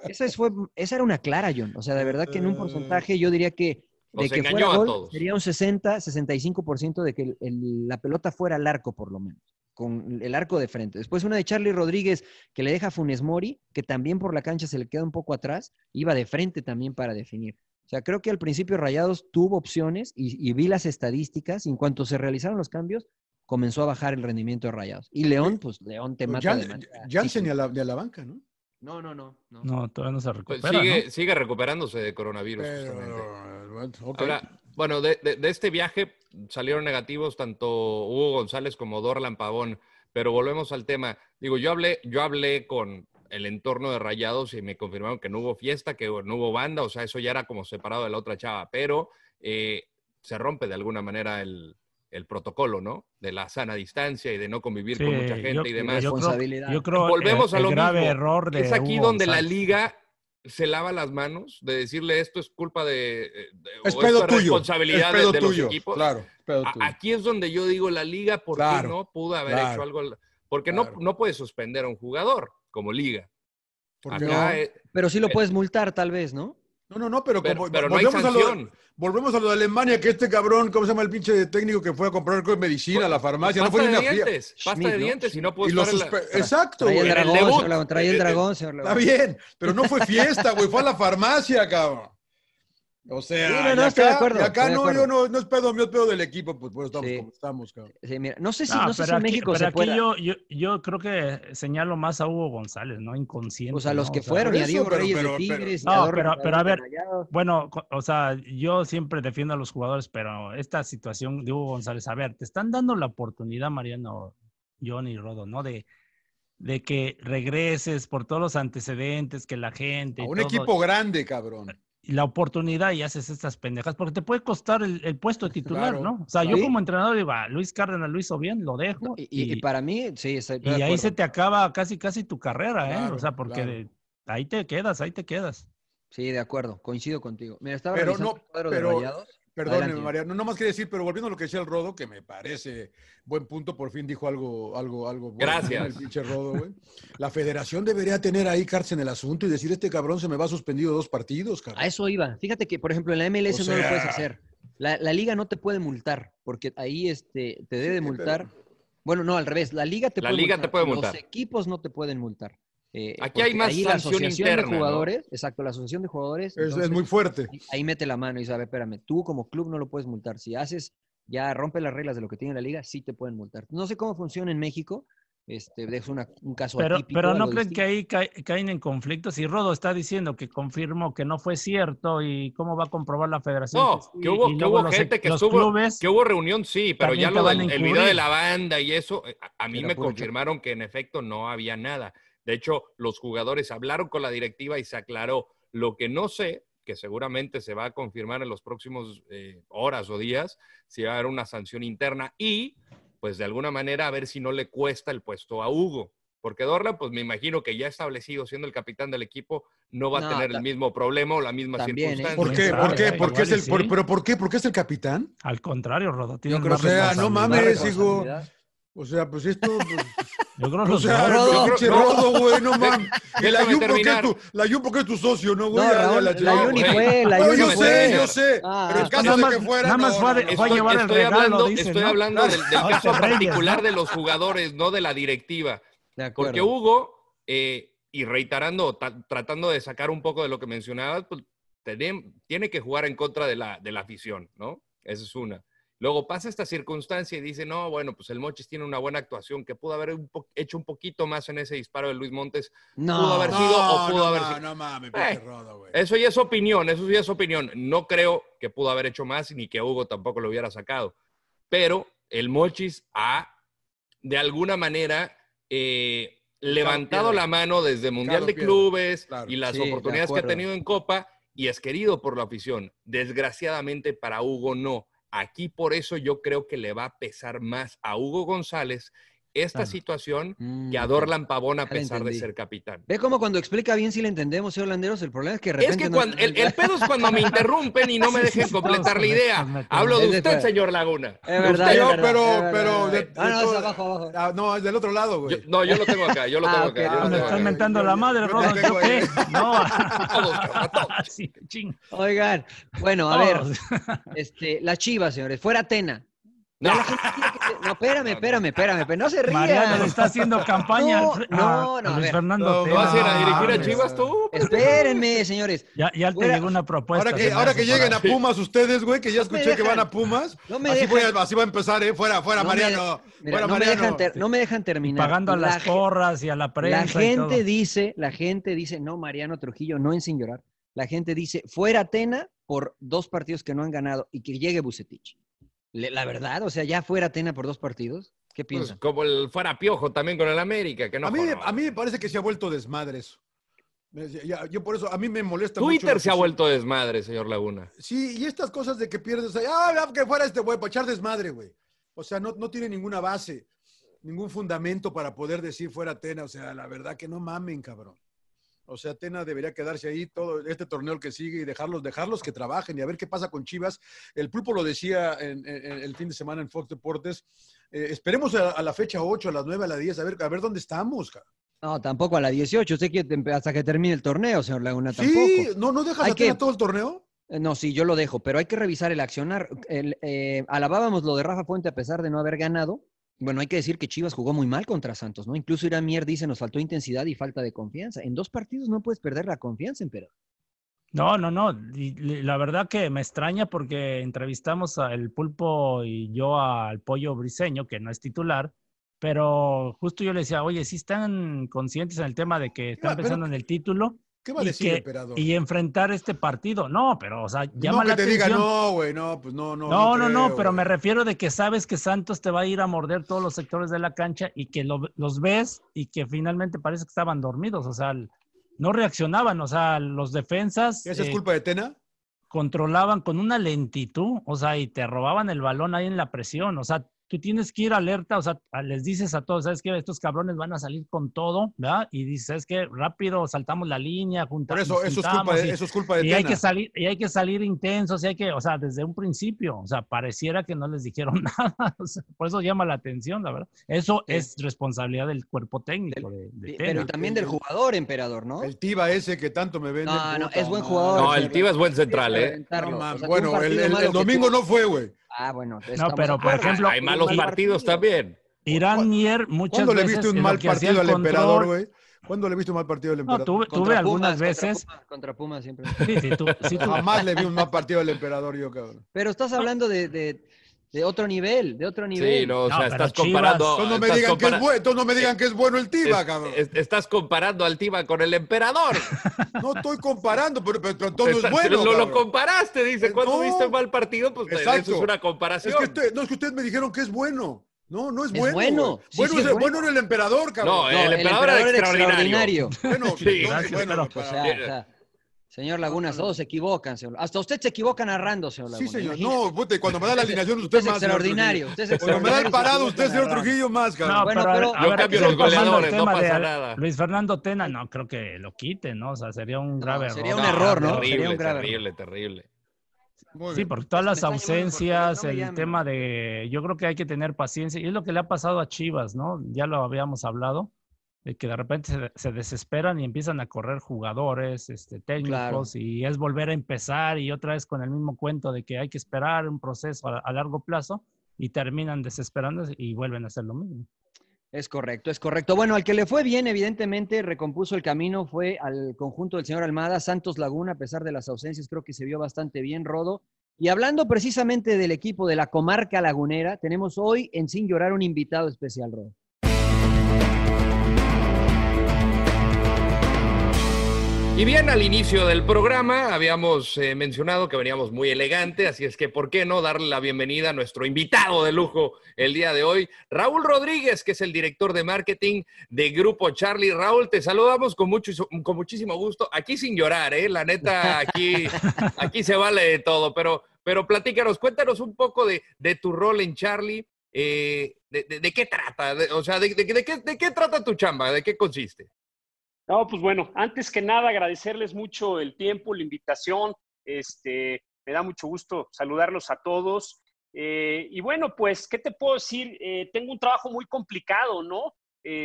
esa, es- fue, esa era una clara, John. O sea, de verdad que en un porcentaje yo diría que de
Nos
que
engañó
fuera
a
gol
todos.
sería un 60, 65% de que el- el- la pelota fuera al arco por lo menos, con el arco de frente. Después una de Charlie Rodríguez que le deja a Funes Mori, que también por la cancha se le queda un poco atrás, iba de frente también para definir. O sea, creo que al principio Rayados tuvo opciones y, y vi las estadísticas. y En cuanto se realizaron los cambios, comenzó a bajar el rendimiento de Rayados. Y León, pues León te mata. de
Jan-
manera-
Jansen y a la, ni a la banca, ¿no?
No, no, no. no.
No, todavía no se
pues
recupera,
sigue,
¿no?
sigue recuperándose de coronavirus. justamente.
Pero, eh, bueno, ok.
Ahora, bueno, de, de- de este viaje salieron negativos tanto Hugo González como Dorlan Pavón, pero volvemos al tema. Digo, yo hablé, yo hablé con el entorno de Rayados y me confirmaron que no hubo fiesta, que no hubo banda, o sea, eso ya era como separado de la otra chava, pero eh, se rompe de alguna manera el, el protocolo, ¿no? De la sana distancia y de no convivir con
Sí,
mucha gente y demás.
Yo creo,
Responsabilidad.
yo creo
Volvemos
el-
a
el
lo
grave
mismo.
error de
es aquí
Hugo
donde la
González.
liga se lava las manos de decirle esto es culpa de, de-
Es
o
pedo
esto
tuyo.
responsabilidad
es
de-
pedo
de,
tuyo.
los equipos.
Claro, pedo
A-
tuyo.
aquí es donde yo digo la liga por qué
Claro,
no pudo haber
claro,
hecho algo, al- porque
claro.
no no puedes suspender a un jugador como liga.
Porque
Acá,
no.
eh,
Pero sí lo puedes multar, tal vez, ¿no?
No, no, no, pero,
pero,
como-
pero no hay
volvemos, a lo de,
sanción.
volvemos a lo de Alemania, que este cabrón, ¿cómo se llama el pinche técnico que fue a comprar medicina a la farmacia? No
Pasta
fue ni
Pues de
una fría.
dientes, pasta
Schmidt,
de
¿no?
dientes y no puedo
Y lo
estar en la-
suspe- Exacto,
Trae el
güey.
en el
dragón,
debut.
señor Laguna, trae el
Eh, eh,
dragón, señor
Está
Laguna.
bien, pero no fue fiesta, güey, fue a la farmacia, cabrón. O sea,
Sí, no,
y
no,
acá,
estoy de acuerdo,
y acá
estoy de
no,
acuerdo.
yo no, no es pedo mío, es pedo del equipo, pues bueno, estamos
Sí.
como estamos, cabrón.
Sí, mira, no sé si,
Ah,
no sé si
pero
en
aquí-
México
pero
se
aquí
puede.
Yo, yo, yo creo que señalo más a Hugo González, ¿no? Inconsciente.
O sea, los
¿no?
que
O sea,
fueron, y a
eso,
Diego
pero-
Reyes
pero-
de
pero-
Tigres. y
No,
Dorlan
pero-
Pavón
pero a
de
ver,
Rayados.
Bueno, co- o sea, yo siempre defiendo a los jugadores, pero esta situación de Hugo González, a ver, te están dando la oportunidad, Mariano, John y Rodo, ¿no? De, de que regreses por todos los antecedentes, que la gente...
A
y
un
todo,
equipo grande, cabrón.
y la oportunidad y haces estas pendejas, porque te puede costar el, el puesto de titular,
Claro,
¿no? O sea,
claro.
yo como entrenador digo, "Ah, Luis Cárdenas lo hizo bien, lo dejo.
Y, y- y para mí, sí, estoy
y
de
ahí se
acuerdo.
te acaba casi, casi tu carrera, ¿eh?
Claro,
o sea, porque
claro.
de- Ahí te quedas, ahí te quedas.
Sí, de acuerdo, coincido contigo. Mira, estaba
Pero
revisando
no,
el cuadro de
pero,
Rayados.
perdóneme,
Adelante.
Mariano, no más quería decir, pero volviendo a lo que decía el Rodo, que me parece buen punto, por fin dijo algo, algo, algo bueno,
Gracias.
¿no? El pinche Rodo, güey. La federación debería tener ahí cárcel en el asunto y decir, este cabrón se me va suspendido dos partidos, cabrón.
A eso iba. Fíjate que, por ejemplo, en la MLS
O
no lo
sea-
puedes hacer. La, la liga no te puede multar, porque ahí este, te debe
Sí,
multar. Bueno, no, al revés. La liga te
La
puede
liga te puede multar.
Los equipos no te pueden multar. Eh,
Aquí hay
porque
más
ahí la
sanción
asociación
interna,
de
¿no?
jugadores, exacto, la asociación de jugadores
Es- es
entonces,
muy fuerte.
Ahí, ahí mete la mano y sabe, espérame, tú como club no lo puedes multar. Si haces, ya rompe las reglas de lo que tiene la liga, sí te pueden multar. No sé cómo funciona en México. Este, es una- un caso
Pero,
atípico.
pero no
algo
creen que ahí ca- caen en conflictos. Y Rodo está diciendo que confirmó que no fue cierto y cómo va a comprobar la federación.
No,
sí,
que hubo,
y
que
luego
hubo
los-
gente que
los
estuvo,
clubes-
que hubo reunión, sí, pero
también
ya
te
lo
van
del
a
el video de
encubrir.
la banda y eso, eh, a, a mí
Era
me
puro
confirmaron que en efecto no había nada. De hecho, los jugadores hablaron con la directiva y se aclaró. Lo que no sé, que seguramente se va a confirmar en los próximos eh, horas o días, si va a haber una sanción interna y, pues de alguna manera, a ver si no le cuesta el puesto a Hugo. Porque Dorla, pues me imagino que ya establecido siendo el capitán del equipo, no va a
No,
tener el
ta-
mismo problema o la misma
también, ¿eh?
circunstancia.
¿Por qué?
Claro,
¿Por qué?
eh,
¿Por qué es
igual
el,
y sí.
por- pero ¿por qué? ¿Por qué es el capitán?
Al contrario, Rodo. Tienes
creo
más
que- O sea, no
responsabilidad.
mames,
Yo
hijo. O sea, pues esto. pues,
creo
o
los
sea,
dos.
el pinche rodo, güey, no mames.
Déjame
El Ayun, ¿por qué es
terminar.
tu, la Ayun, ¿por qué es tu socio, no, güey?
No,
Ya, ya
Raúl,
la
la
chingada.
Ayun y fue, la
No,
Ayun y
yo
fue,
sé, yo
señor.
sé.
Ah.
pero en caso
Nada
de
más-
que fuera.
nada más
no,
fue a-
no,
fue a
estoy-
llevar el
estoy
regalo,
hablando,
dicen,
estoy
¿no?
hablando del, del
Ahorita
caso
Reyes,
particular
¿no?
de los jugadores, no de la directiva.
De acuerdo.
Porque Hugo, eh, y reiterando, ta- tratando de sacar un poco de lo que mencionabas, pues, tenem- tiene que jugar en contra de la, de la afición, ¿no? Esa es una. Luego pasa esta circunstancia y dice, no, bueno, pues el Mochis tiene una buena actuación, que pudo haber un po- hecho un poquito más en ese disparo de Luis Montes.
No.
Pudo haber sido o
No,
pudo
no
haber
ma-
sido.
No mames,
Eh.
pinche rodo, güey.
Eso ya es opinión, eso ya es opinión. No creo que pudo haber hecho más ni que Hugo tampoco lo hubiera sacado. Pero el Mochis ha, de alguna manera, eh, levantado
piedra.
la mano desde Mundial
Claro,
de
piedra,
Clubes
claro.
y las
Sí, de
oportunidades que ha
acuerdo.
tenido en Copa y es querido por la afición. Desgraciadamente para Hugo no. Aquí por eso yo creo que le va a pesar más a Hugo González esta
Claro.
situación
Mm,
que a
ok.
Dorlan Pavón
Ya
a
la
pesar de
entendí.
ser capitán.
Ve cómo cuando explica bien si le entendemos, señor Landeros, el problema es que de
Es
repente...
que
no-
cuando, el, el pedo es cuando me interrumpen y no me
Sí, sí,
dejen
sí, todos
completar la
conectan,
idea.
me
Hablo de
acuerdo.
usted, señor Laguna.
Es verdad,
Usted-
es
Yo,
verdad,
pero-
es verdad,
pero
es
de-
verdad. Ah, no,
de
es
todo-
abajo, abajo.
Ah, no, es del otro lado,
yo-
güey.
no, yo lo tengo acá, yo lo
Ah,
tengo
ok,
acá.
ah,
yo lo
Me
tengo
están
acá.
mentando la madre,
Yo
Rodo.
tengo
¿Yo qué? No.
Todos, cabrón, todos.
Sí, ching.
Oigan, bueno, a ver,
Todos.
este, la chiva, señores, fuera Atena. Ya
No.
la gente quiere que se- No, espérame, espérame, espérame, pero no se rían.
Mariano le está haciendo campaña.
No,
al-
no,
a-
no,
a
a
Luis
ver.
Fernando
No,
¿Tú vas a ir a dirigir a
Tena.
Chivas tú?
Espérenme, señores.
Ya, ya te
Fuera-
llegó una propuesta.
Ahora
se
que,
me
ahora
hace
que
por
lleguen a
ahí.
Pumas ustedes, güey, que
No
ya
me
escuché que
dejan.
van a Pumas.
No me
así, voy a,
dejan.
así va a empezar, ¿eh? Fuera, fuera,
No me-
Mariano.
mira,
fuera,
no,
Mariano.
Me dejan ter- no me dejan
Y
terminar.
pagando a
La
las
ge-
porras y a la prensa.
La
y todo.
gente dice, la gente dice, no, Mariano Trujillo, no en sin llorar. La gente dice, fuera Atena por dos partidos que no han ganado y que llegue Bucetich. Le- la verdad, o sea, ya fuera Atena por dos partidos. ¿Qué
Pues,
piensan?
como el fuera piojo también con el América, que no.
a, mí,
jodan.
a mí me parece que se ha vuelto desmadre eso. Me- ya- Yo por eso, a mí me molesta mucho.
Twitter
lo
se ha
que-
vuelto desmadre, señor Laguna.
Sí, y estas cosas de que pierdes, ahí, ah, ah, que fuera este güey, para echar desmadre, güey. O sea, no, no tiene ninguna base, ningún fundamento para poder decir fuera Atena. O sea, la verdad que no mamen, cabrón. O sea, Atena debería quedarse ahí todo este torneo el que sigue y dejarlos, dejarlos que trabajen y a ver qué pasa con Chivas. El Pulpo lo decía en- en- en el fin de semana en Fox Deportes. eh, esperemos a, a la fecha 8, a las 9, a las 10, a ver, a ver dónde estamos. ca-
No, tampoco a la 18. Usted quiere tem- hasta que termine el torneo, señor Laguna,
Sí,
tampoco.
no, no dejas
Hay
a Atena
que-
todo el torneo.
Eh, No, sí, yo lo dejo, pero hay que revisar el accionar. El, eh, alabábamos lo de Rafa Fuente a pesar de no haber ganado. Bueno, hay que decir que Chivas jugó muy mal contra Santos, ¿no? Incluso Irán Mier dice, nos faltó intensidad y falta de confianza. En dos partidos no puedes perder la confianza, emperador.
No, no, no. y- y La verdad que me extraña porque entrevistamos al Pulpo y yo al Pollo Briseño, que no es titular, pero justo yo le decía, oye, sí están conscientes en el tema de que están
pero-
pensando en el título
¿Qué va a
Y
decir,
que-
emperador?
y enfrentar este partido. No, pero, o sea, llama
no, que
la
te
atención.
diga, no, güey, no, pues no, no.
No, no, no,
creo,
pero
güey".
me refiero de que sabes que Santos te va a ir a morder todos los sectores de la cancha y que lo- los ves y que finalmente parece que estaban dormidos, o sea, el- no reaccionaban, o sea, los defensas
¿Esa es
eh,
culpa de Tena?
controlaban con una lentitud, o sea, y te robaban el balón ahí en la presión, o sea, tú tienes que ir alerta, o sea, a- les dices a todos, ¿sabes qué? Estos cabrones van a salir con todo, ¿verdad? Y dices, ¿sabes qué? Rápido, saltamos la línea, junta-
Por eso-
nos
eso es
juntamos.
culpa de-
y-
eso es culpa de
Y hay
Tena.
que salir, y hay que salir intensos, y hay que, o sea, desde un principio, o sea, pareciera que no les dijeron nada, o sea, por eso llama la atención, la verdad. Eso es responsabilidad del cuerpo técnico. de- de pues,
Pero
Tena.
también del jugador, emperador, ¿no?
El Tiba ese que tanto me vende.
No, no,
puta
es buen
madre.
jugador.
No, el Tiva es buen central, ¿eh?
Aventarlo.
No, mames.
O sea,
Bueno,
un partido
el- el- el
malo que
domingo
tuvo.
no fue, güey.
Ah, bueno.
No,
estamos
pero
de
por
acuerdo.
ejemplo.
Hay malos
Irán-
partidos también.
Irán Nier muchas
¿Cuándo le
veces.
viste un
en lo
mal
que hacía el
partido al emperador,
control-
güey? ¿Cuándo le viste un mal partido al
No,
emperador?
tuve, tuve
Contra
algunas
Pumas,
veces.
Contra Pumas, contra Pumas siempre.
Sí, sí, tú- sí, tú-
Jamás le vi un mal partido al emperador, yo, cabrón.
Pero estás hablando de, de, de otro nivel, de otro nivel.
Sí, no, o
No,
sea,
pero
estás
Chivas-
comparando.
Entonces no me
estás
digan que es
compara-
bueno, entonces no me digan que es bueno el Tiba,
es-
cabrón.
es- estás comparando al Tiva con el emperador.
No estoy comparando, pero, pero- pero entonces no
Estás-
es bueno.
lo, lo
cabrón.
comparaste, dice.
Eh,
¿Cuándo
no.
viste un mal partido? Pues eso
Exacto.
es una
Es
comparación.
que usted- no, es que ustedes me dijeron que es bueno. No, no es
Es
bueno.
bueno.
güey.
Sí,
bueno,
sí
es,
es
bueno.
bueno.
era el emperador, cabrón.
eh,
No, el emperador era extraordinario.
Bueno,
Sí,
no,
gracias,
bueno,
pero-
O
para-
sea, o sea, señor Laguna, todos se equivocan. señor. Hasta usted se equivoca narrando, señor Laguna.
Sí, señor.
imagínate.
No, puta, y cuando me da la
Usted es-
alineación,
usted
usted,
es
más. señor
extraordinario,
Trujillo.
usted es
Cuando me da el
extraordinario,
parado,
sí,
usted,
sí,
señor
narrando.
Trujillo, más,
No,
cabrón.
Bueno,
pero, a
pero-
ver- a
Yo
ver,
cambio
aquí
los
el comando
goleadores, no
tema
pasa
Ale-
nada.
Luis Fernando Tena, no creo que lo quite, ¿no? O sea, sería un grave
sería
error.
un error, ¿no?
Terrible,
Sería un grave
terrible, terrible.
Muy
Sí,
bien.
porque todas
Me
las
está llamando por teléfono,
ausencias,
no me
el
llamen.
tema de, yo creo que hay que tener paciencia, y es lo que le ha pasado a Chivas, ¿no? Ya lo habíamos hablado, de que de repente se, se desesperan y empiezan a correr jugadores, este, técnicos,
Claro.
y es volver a empezar y otra vez con el mismo cuento de que hay que esperar un proceso a, a largo plazo y terminan desesperándose y vuelven a hacer lo mismo.
Es correcto, es correcto. Bueno, al que le fue bien, evidentemente, recompuso el camino, fue al conjunto del señor Almada, Santos Laguna, a pesar de las ausencias, creo que se vio bastante bien, Rodo. Y hablando precisamente del equipo de la comarca lagunera, tenemos hoy en Sin Llorar un invitado especial, Rodo.
Y bien, al inicio del programa habíamos eh, mencionado que veníamos muy elegante, así es que ¿por qué no darle la bienvenida a nuestro invitado de lujo el día de hoy, Raúl Rodríguez, que es el director de marketing de Grupo Charlie? Raúl, te saludamos con, mucho, con muchísimo gusto, aquí sin llorar, ¿eh? La neta, aquí, aquí se vale de todo, pero, pero platícanos, cuéntanos un poco de, de tu rol en Charlie, eh, de, de- de qué trata, de- o sea, de, de- de qué, de qué trata tu chamba, de qué consiste.
No, pues bueno, antes que nada agradecerles mucho el tiempo, la invitación. Este, me da mucho gusto saludarlos a todos. Eh, y bueno, pues, ¿qué te puedo decir? Eh, tengo un trabajo muy complicado, ¿no?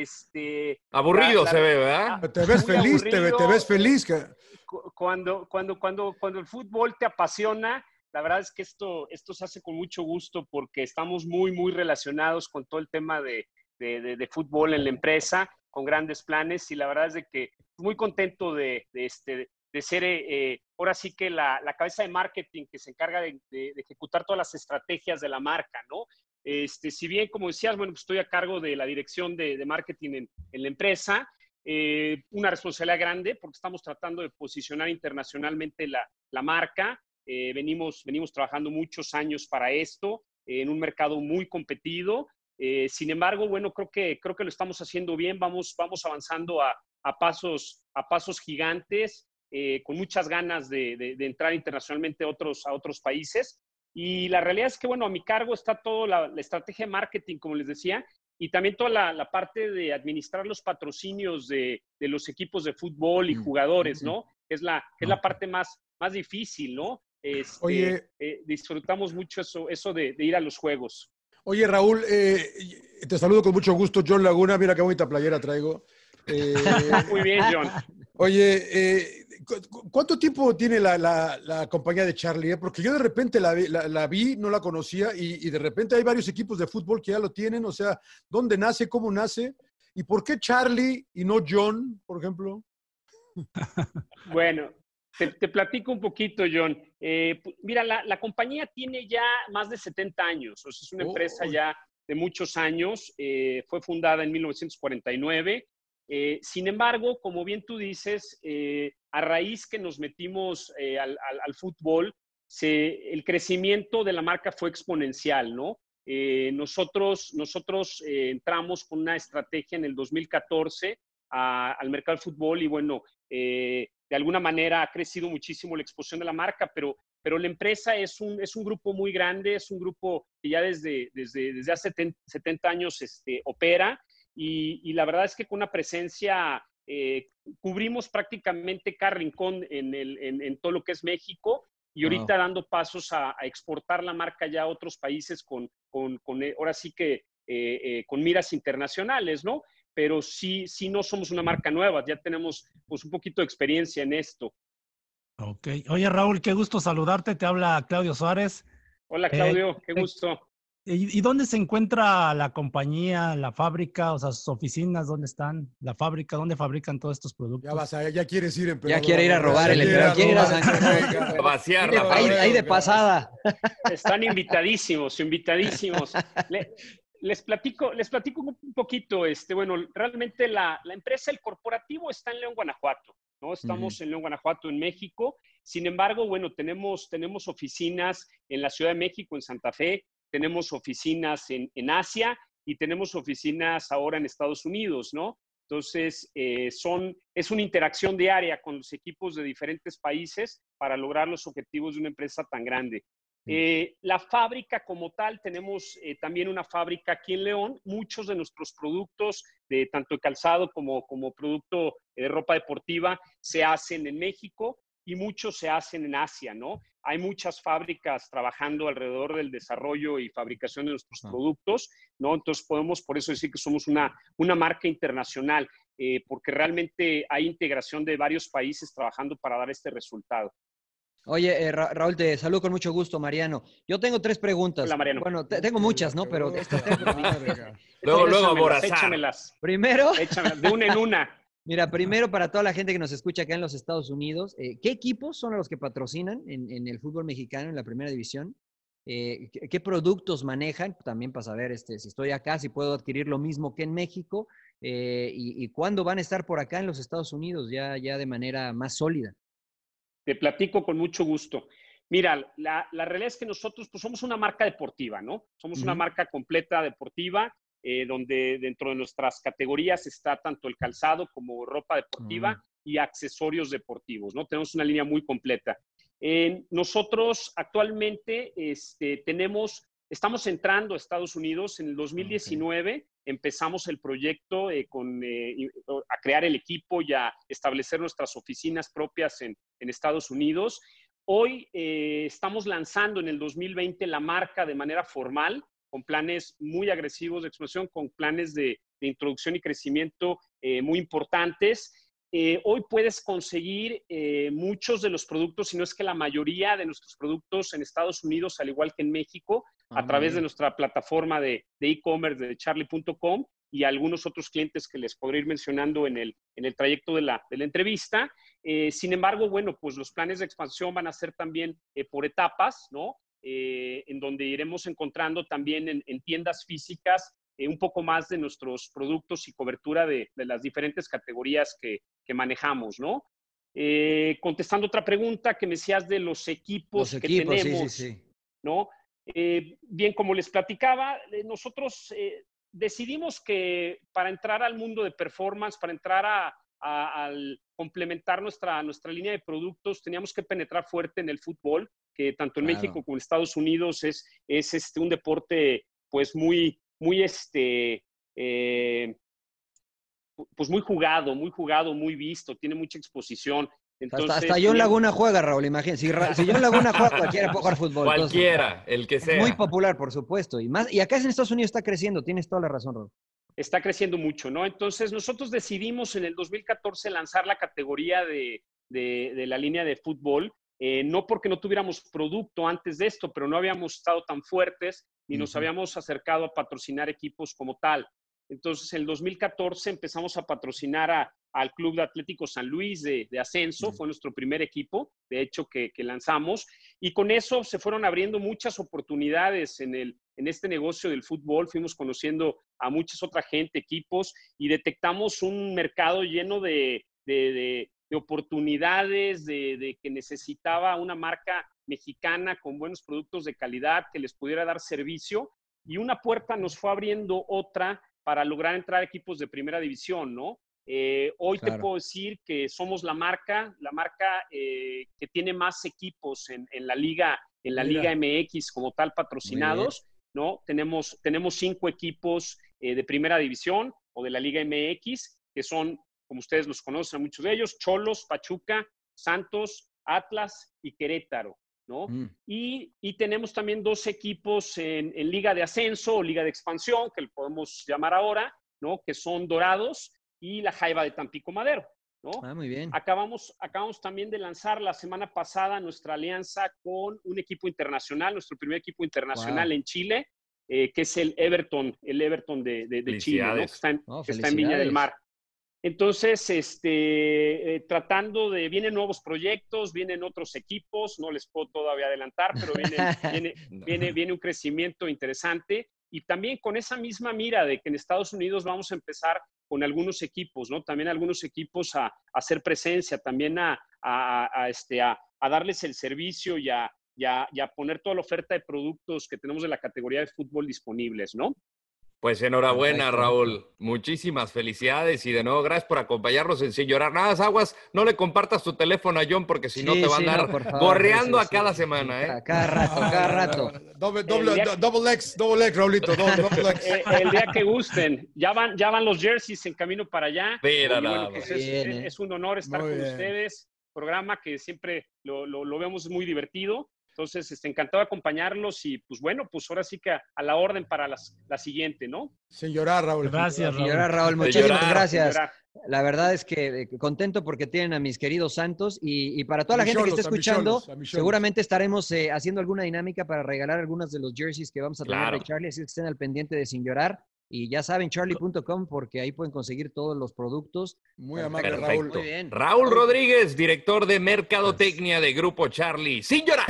Este,
Aburrido
la- Ah, la-
se ve, ¿verdad?
Te ves
muy
feliz, te, ve- te
aburrido.
ves feliz. ca-
cu- cuando, cuando, cuando, cuando el fútbol te apasiona, la verdad es que esto, esto se hace con mucho gusto porque estamos muy, muy relacionados con todo el tema de, de- de- de fútbol en la empresa, con grandes planes y la verdad es de que muy contento de, de este, de ser eh, eh, ahora sí que la, la cabeza de marketing que se encarga de, de- de ejecutar todas las estrategias de la marca, ¿no? Este, si bien, como decías, bueno, pues estoy a cargo de la dirección de, de marketing en- en la empresa, eh, una responsabilidad grande porque estamos tratando de posicionar internacionalmente la, la marca. Eh, venimos, venimos trabajando muchos años para esto eh, en un mercado muy competido. Eh, sin embargo, bueno, creo que, creo que lo estamos haciendo bien. Vamos, vamos avanzando a, a pasos, a pasos gigantes, eh, con muchas ganas de, de- de entrar internacionalmente a otros, a otros países. Y la realidad es que, bueno, a mi cargo está toda la, la estrategia de marketing, como les decía, y también toda la, la parte de administrar los patrocinios de, de los equipos de fútbol y jugadores, ¿no? Que es la, que es la parte más, más difícil, ¿no? Este,
Oye.
eh, disfrutamos mucho eso, eso de, de ir a los juegos.
Oye, Raúl, eh, te saludo con mucho gusto, John Laguna. Mira qué bonita playera traigo. Eh,
Muy bien, John.
Oye, eh, cu- cu- ¿cuánto tiempo tiene la, la- la compañía de Charlie? eh? Porque yo de repente la, vi- la- la vi, no la conocía, y, y de repente hay varios equipos de fútbol que ya lo tienen. O sea, ¿dónde nace? ¿Cómo nace? ¿Y por qué Charlie y no John, por ejemplo?
Bueno, te, te platico un poquito, John. Eh, pu- mira, la, la compañía tiene ya más de 70 años, o sea, es una
Oh.
empresa ya de muchos años, eh, fue fundada en 1949. Eh, sin embargo, como bien tú dices, eh, a raíz que nos metimos eh, al, al- al fútbol, se- el crecimiento de la marca fue exponencial, ¿no? Eh, nosotros nosotros eh, entramos con una estrategia en el 2014 a- al mercado del fútbol y bueno, eh, de alguna manera ha crecido muchísimo la exposición de la marca, pero pero la empresa es un, es un grupo muy grande, es un grupo que ya desde, desde, desde hace 70 años este, opera y, y la verdad es que con una presencia, eh, cubrimos prácticamente cada rincón en, el, en, en todo lo que es México y ahorita
Wow.
dando pasos a, a exportar la marca ya a otros países con, con, con, eh, ahora sí que eh, eh, con miras internacionales, ¿no? Pero sí, sí no somos una marca nueva, ya tenemos pues un poquito de experiencia en esto.
Ok. Oye, Raúl, qué gusto saludarte. Te habla Claudio Suárez.
Hola
Eh,
Claudio, qué
eh,
gusto.
¿Y, y dónde se encuentra la compañía, la fábrica, o sea, sus oficinas, dónde están? La fábrica, ¿dónde fabrican todos estos productos?
Ya vas a, ya quieres ir,
Ya quiere ir a robar el emperador, quiere ir a San-
A vaciar la
Ahí,
fábrica.
ahí de pasada.
Están invitadísimos, invitadísimos. Le- les platico, les platico un poquito, este, bueno, realmente la, la empresa, el corporativo está en León, Guanajuato, ¿no? Estamos en León, Guanajuato, en México. Sin embargo, bueno, tenemos, tenemos oficinas en la Ciudad de México, en Santa Fe, tenemos oficinas en, en Asia y tenemos oficinas ahora en Estados Unidos, ¿no? Entonces, eh, son, es una interacción diaria con los equipos de diferentes países para lograr los objetivos de una empresa tan grande. Eh, la fábrica como tal, tenemos eh, también una fábrica aquí en León. Muchos de nuestros productos, de tanto de calzado como, como producto eh, de ropa deportiva, se hacen en México y muchos se hacen en Asia, ¿no? Hay muchas fábricas trabajando alrededor del desarrollo y fabricación de nuestros productos, ¿no? Entonces podemos por eso decir que somos una, una marca internacional, eh, porque realmente hay integración de varios países trabajando para dar este resultado.
Oye, eh, Ra- Raúl, te saludo con mucho gusto, Mariano. Yo tengo tres preguntas.
Hola, Mariano.
Bueno, te- tengo muchas, ¿no? Pero este, estas
Luego, luego, Échamelas, aborazar.
Échamelas.
échamelas.
Primero.
Échamelas, de una en una.
Mira, primero para toda la gente que nos escucha acá en los Estados Unidos, eh, ¿qué equipos son los que patrocinan en, en el fútbol mexicano, en la primera división? Eh, ¿qué, qué productos manejan? También para saber este, si estoy acá, si puedo adquirir lo mismo que en México eh, y, y cuándo van a estar por acá en los Estados Unidos ya, ya de manera más sólida.
Te platico con mucho gusto. Mira, la, la realidad es que nosotros pues, somos una marca deportiva, ¿no? Somos una
Ujú.
marca completa deportiva, eh, donde dentro de nuestras categorías está tanto el calzado como ropa deportiva y accesorios deportivos, ¿no? Tenemos una línea muy completa. Eh, nosotros actualmente este, tenemos, estamos entrando a Estados Unidos. En el 2019 empezamos el proyecto eh, con, eh, y- o- a crear el equipo y a establecer nuestras oficinas propias en, en Estados Unidos. Hoy eh, estamos lanzando en el 2020 la marca de manera formal, con planes muy agresivos de expansión, con planes de, de introducción y crecimiento eh, muy importantes. Eh, hoy puedes conseguir eh, muchos de los productos, si no es que la mayoría de nuestros productos en Estados Unidos, al igual que en México,
Ah,
a través
mira.
de nuestra plataforma de de e-commerce de, charlie.com y algunos otros clientes que les podré ir mencionando en el, en el trayecto de la, de la entrevista. Eh, sin embargo, bueno, pues los planes de expansión van a ser también eh, por etapas, ¿no? Eh, en donde iremos encontrando también en, en tiendas físicas eh, un poco más de nuestros productos y cobertura de, de las diferentes categorías que, que manejamos, ¿no? Eh, contestando otra pregunta que me decías de los equipos,
Los equipos, sí,
que
sí,
tenemos.
sí.
¿no? Eh, bien, como les platicaba, eh, nosotros eh, decidimos que para entrar al mundo de performance, para entrar a, a- al complementar nuestra, nuestra línea de productos, teníamos que penetrar fuerte en el fútbol, que tanto en
Claro.
México como en Estados Unidos es, es este, un deporte pues muy, muy este, eh, pu- pues muy jugado, muy jugado, muy visto, tiene mucha exposición.
Hasta-
Entonces,
hasta, John
teníamos-
Laguna juega, Raúl, imagínate. Si, Ra- si John Laguna juega, cualquiera puede jugar fútbol. entonces-
Cualquiera, el que
Es
sea.
Muy popular, por supuesto. Y, más, y acá en Estados Unidos está creciendo, tienes toda la razón, Raúl.
está creciendo mucho, ¿no? Entonces, nosotros decidimos en el 2014 lanzar la categoría de, de- de la línea de fútbol, eh, no porque no tuviéramos producto antes de esto, pero no habíamos estado tan fuertes ni nos
Ujú.
habíamos acercado a patrocinar equipos como tal. Entonces, en el 2014 empezamos a patrocinar a- al Club de Atlético San Luis de, de Ascenso, fue nuestro primer equipo, de hecho, que, que lanzamos, y con eso se fueron abriendo muchas oportunidades en, el, en este negocio del fútbol, fuimos conociendo a muchas otra gente, equipos, y detectamos un mercado lleno de, de- de- de oportunidades, de, de que necesitaba una marca mexicana con buenos productos de calidad que les pudiera dar servicio y una puerta nos fue abriendo otra para lograr entrar a equipos de primera división, ¿no? Eh, hoy te
Claro.
puedo decir que somos la marca, la marca eh, que tiene más equipos en, en la liga, en la
Mira.
liga MX como tal patrocinados, ¿no? Tenemos, tenemos cinco equipos eh, de primera división o de la liga MX, que son, como ustedes los conocen, muchos de ellos, Cholos, Pachuca, Santos, Atlas y Querétaro, ¿no?
Mm.
Y, y tenemos también dos equipos en, en Liga de Ascenso o Liga de Expansión, que le podemos llamar ahora, ¿no? Que son Dorados y la Jaiba de Tampico Madero, ¿no?
Ah, muy bien.
Acabamos, acabamos también de lanzar la semana pasada nuestra alianza con un equipo internacional, nuestro primer equipo internacional
Wow.
en Chile, eh, que es el Everton, el Everton de, de- de Chile, ¿no? Que
Felicidades.
está en-
No,
que está en Viña del
felicidades.
Mar. Entonces, este, eh, tratando de, vienen nuevos proyectos, vienen otros equipos, no les puedo todavía adelantar, pero viene, viene, viene, viene un crecimiento interesante. Y también con esa misma mira de que en Estados Unidos vamos a empezar con algunos equipos, ¿no? También algunos equipos a, a hacer presencia, también a, a- a- a, este, a, a darles el servicio y a, y a- y a poner toda la oferta de productos que tenemos de la categoría de fútbol disponibles, ¿no?
Pues enhorabuena,
Perfecto.
Raúl. Muchísimas felicidades y de nuevo gracias por acompañarnos en Sin Llorar. Nada, más, aguas, no le compartas tu teléfono a John porque si no
Sí,
te va a
sí, no,
andar
por favor,
gorreando
sí,
a
sí,
cada semana, ¿eh?
Cada rato, cada rato.
Doble,
El
doble,
día-
double X, doble X, Raulito, doble, doble X.
Eh, el día que gusten. Ya van, ya van los jerseys en camino para allá.
Mira
Y
nada
pues
más.
es,
Bien,
es-
eh.
es un honor estar
Muy
con
bien.
ustedes. Programa que siempre lo, lo- lo vemos muy divertido. Entonces, este, encantado de acompañarlos y pues bueno, pues ahora sí que a, a la orden para las, la siguiente, ¿no?
Sin llorar, Raúl.
Gracias, Raúl. muchísimas
llorar, de
gracias.
llorar.
La verdad es que eh, contento porque tienen a mis queridos santos y, y para toda la
A mis
gente que está
cholos, a mis
escuchando,
cholos, a mis cholos.
seguramente estaremos eh, haciendo alguna dinámica para regalar algunas de los jerseys que vamos a tener
Claro.
de Charlie, así que estén al pendiente de Sin Llorar. Y ya saben, charlie.com porque ahí pueden conseguir todos los productos.
Muy
amable,
Perfecto.
Muy bien.
Raúl Rodríguez, director de Mercadotecnia de Grupo Charlie. Sin llorar.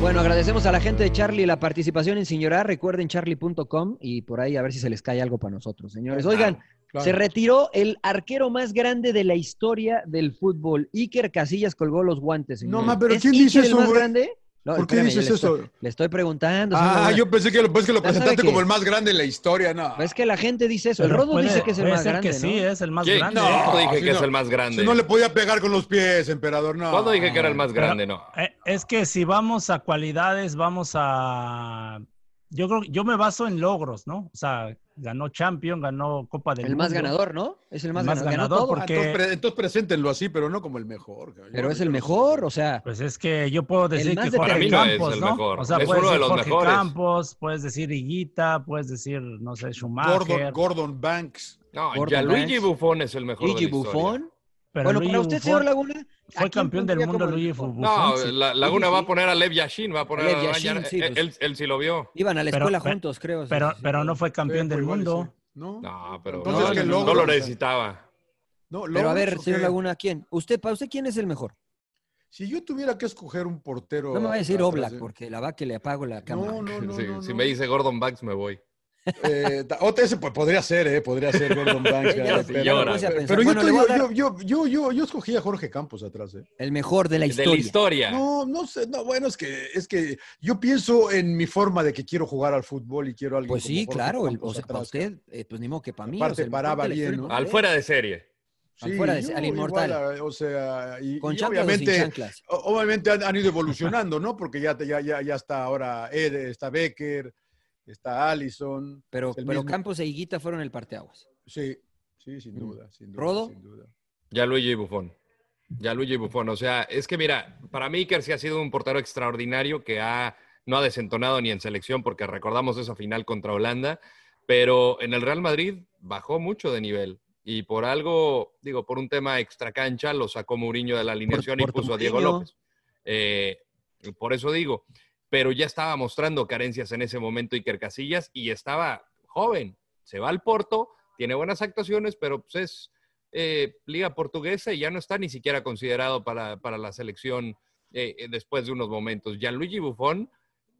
Bueno, agradecemos a la gente de Charlie la participación en Sin Llorar. Recuerden charlie.com y por ahí a ver si se les cae algo para nosotros, señores. Pues Oigan,
claro.
se retiró el arquero más grande de la historia del fútbol. Iker Casillas colgó los guantes.
No,
señores.
ma, pero
Mm. ¿Es
¿quién dice
Iker el
eso,
más
güey?
grande? No,
¿Por qué
espérame,
dices
le estoy-
eso?
le estoy preguntando.
Ah,
señor.
yo pensé que lo, pues, que lo
Ya sabe
presentaste
que-
como el más grande en la historia, no.
Es que la gente dice eso. El
Pero
Rodo
puede-
dice que es el
puede
más
ser
grande.
que sí,
¿no?
es el más
¿Quién?
grande.
Ah, No,
¿eh?
dije
si
que es
no.
el más grande.
Si no le podía pegar con los pies, emperador, no.
¿Cuándo dije que era el más
Pero-
grande? No.
Eh, Es que si vamos a cualidades, vamos a. Yo creo, yo me baso en logros, ¿no? O sea, ganó Champion, ganó Copa del
El más
Mundo.
ganador, ¿no? Es el más,
Más
ganador. Ganó
ganador,
todo.
porque-
Ah, Entonces, pre- entonces preséntenlo así, pero no como el mejor. cabrón.
Pero es el mejor, o sea.
Pues es que yo puedo
El
decir
más
que
de
Jorge
Para mí no es
Campos,
el
¿no?
mejor.
O sea,
Es
puedes
uno de
decir
los
Jorge
mejores.
Campos, puedes decir Higuita, puedes decir, no sé,
Gordon,
Schumacher.
Gordon Banks.
No,
Gordon
Gianluigi
Banks.
Buffon es el mejor.
Gigi
de la historia.
Buffon.
Pero
bueno,
Luigi
para usted,
Buffon
señor Laguna. ¿a
Fue
quién
campeón del
pondría
mundo
como el
Luigi
mejor?
Buffon.
No,
eh,
sí.
la- Laguna va a poner a Lev Yashin, va a poner
Lev
a
Yashin,
Yashin,
sí, pues.
él, él sí lo vio.
Iban a la
Pero-
escuela
pero-
juntos, creo. sí,
Pero,
Pues sí, sí.
pero no fue campeón
Sí,
del
pues, igual,
mundo.
sí. No,
No, pero
Entonces,
no,
¿qué
no
logros?
lo necesitaba.
no,
Pero a
logros,
ver,
¿o
señor
qué?
Laguna, ¿quién? Usted, para usted, ¿quién es el mejor?
Si yo tuviera que escoger un portero.
No me va a decir
atrás
Oblak,
de-
porque la va que le apago la cámara.
No, no, no.
Sí,
no,
si
no.
me dice Gordon Banks, me voy.
Eh, ta- otra- ese po- podría ser, ¿eh? Podría ser Gordon Banks.
Ya lo-
pero
ya lo
pero-
puse
a pensar.
pero yo,
Bueno, le
estoy-
voy a
yo, yo, yo, yo, yo escogí a Jorge Campos atrás, ¿eh?
El mejor de la
De la
historia.
historia.
No, no sé, no, bueno, es que, es que yo pienso en mi forma de que quiero jugar al fútbol y quiero a alguien
Pues
como
sí,
Jorge
claro. el-
Campos
o sea, para
atrás.
usted, eh, pues ni modo que para mí.
Aparte,
o sea, el mejor
paraba
de la
bien,
historia
¿no?
para
Al
usted.
fuera de serie.
al fuera de-
yo
al
igual,
inmortal.
a- o sea, y,
Con
y
chanclas o sin
obviamente,
chanclas.
o- obviamente han, han ido evolucionando, ¿no? Porque ya, te- ya, ya, ya está ahora Ed, está Becker, está Allison.
Pero,
es el
pero
mismo.
Campos e Higuita fueron el parteaguas.
Sí, sí, sin duda, sin duda.
Mm. ¿Rodo?
sin duda.
Ya Luigi Buffon. Ya Luigi Buffon. O sea, es que mira, para mí Iker sí ha sido un portero extraordinario que ha, no ha desentonado ni en selección porque recordamos esa final contra Holanda, pero en el Real Madrid bajó mucho de nivel. Y por algo, digo, por un tema extracancha, lo sacó Mourinho de la alineación
por
y puso a Diego
Mourinho.
López. Eh, por eso digo, pero ya estaba mostrando carencias en ese momento Iker Casillas y estaba joven. Se va al Porto, tiene buenas actuaciones, pero pues es eh, liga portuguesa y ya no está ni siquiera considerado para, para la selección eh, eh, después de unos momentos. Gianluigi Buffon,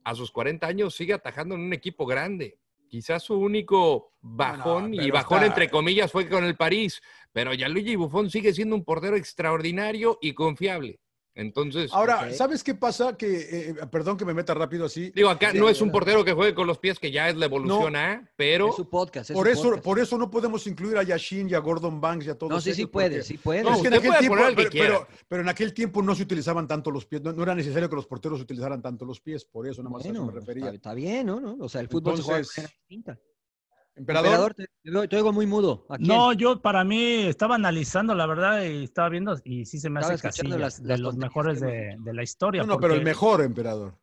a sus 40 años, sigue atajando en un equipo grande. Quizás su único bajón,
No,
y
pero
bajón
está-
entre comillas, fue con el París, pero Gianluigi Buffon sigue siendo un portero extraordinario y confiable. Entonces.
Pues,
Ahora, ¿sabes qué pasa? Que, eh, perdón que me meta rápido así.
Digo, acá no es un portero que juegue con los pies, que ya es la evolución ¿ah? pero.
Es su podcast. es
Por
su
eso,
podcast.
por eso no podemos incluir a Yashin y a Gordon Banks y a todos.
No, sí, sí
ellos,
puede,
porque-
sí puede.
No, es que en
Usted
aquel
puede
tiempo,
poner al que
pero,
quiera.
pero- pero en aquel tiempo no se utilizaban tanto los pies. No, no era necesario que los porteros utilizaran tanto los pies, por eso, nada más a eso
Bueno,
me refería.
está, está bien, ¿no? ¿no? O sea, el fútbol se juega de
Entonces,
manera distinta.
Emperador.
te, te veo- te oigo muy mudo. ¿A quién?
No, yo para mí estaba analizando, la verdad, y estaba viendo, y sí se me
Estaba
hace
escuchando
Casillas,
las-
de
las
los
tonterías
mejores
que hemos
de, de la historia.
No, no, pero el
porque-
mejor, emperador.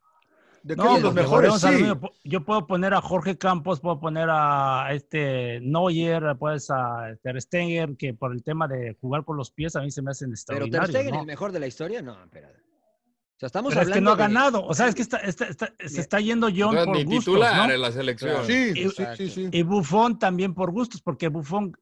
¿De
No,
qué
pues,
los
porque
mejores?
volvemos a lo
Sí.
mismo. Yo puedo poner a Jorge Campos, puedo poner a este Neuer, puedes a Ter Stegen, que por el tema de jugar con los pies a mí se me
Pero
hacen
Ter
extraordinarios.
Stegen,
¿no?
el mejor de la historia, no, espera. O sea, estamos
Pero es
hablando
que no ha
de-
ganado. O sea, es que está- está- está- se está yendo John
Entonces,
por
ni
gustos,
titular
¿no?
en la selección.
Sí,
Y-
sí, sí, sí.
Y Buffon también por gustos, porque Buffon,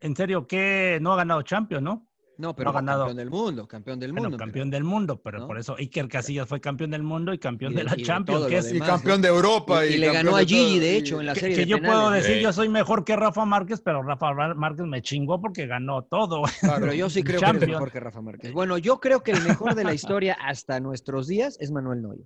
en serio, que no ha ganado Champions, ¿no?
No, pero
ha ganado.
campeón del mundo, campeón del mundo.
Bueno, campeón del mundo, pero por eso Iker Casillas fue campeón del mundo y campeón
Y
de
de-
la
y de
Champions,
todo
que
lo
es-
demás, Y campeón ¿no? de Europa Y- y y le campeón ganó de a Gigi, todo, de y- hecho, en la
que,
serie
que
de
yo puedo
penales.
decir,
Sí.
yo soy mejor que Rafa Márquez, pero Rafa Ra- Márquez me chingó porque ganó todo.
Pero yo sí creo que es
Champions.
mejor que Rafa Márquez. Bueno, yo creo que el mejor de la historia hasta nuestros días es Manuel Neuer.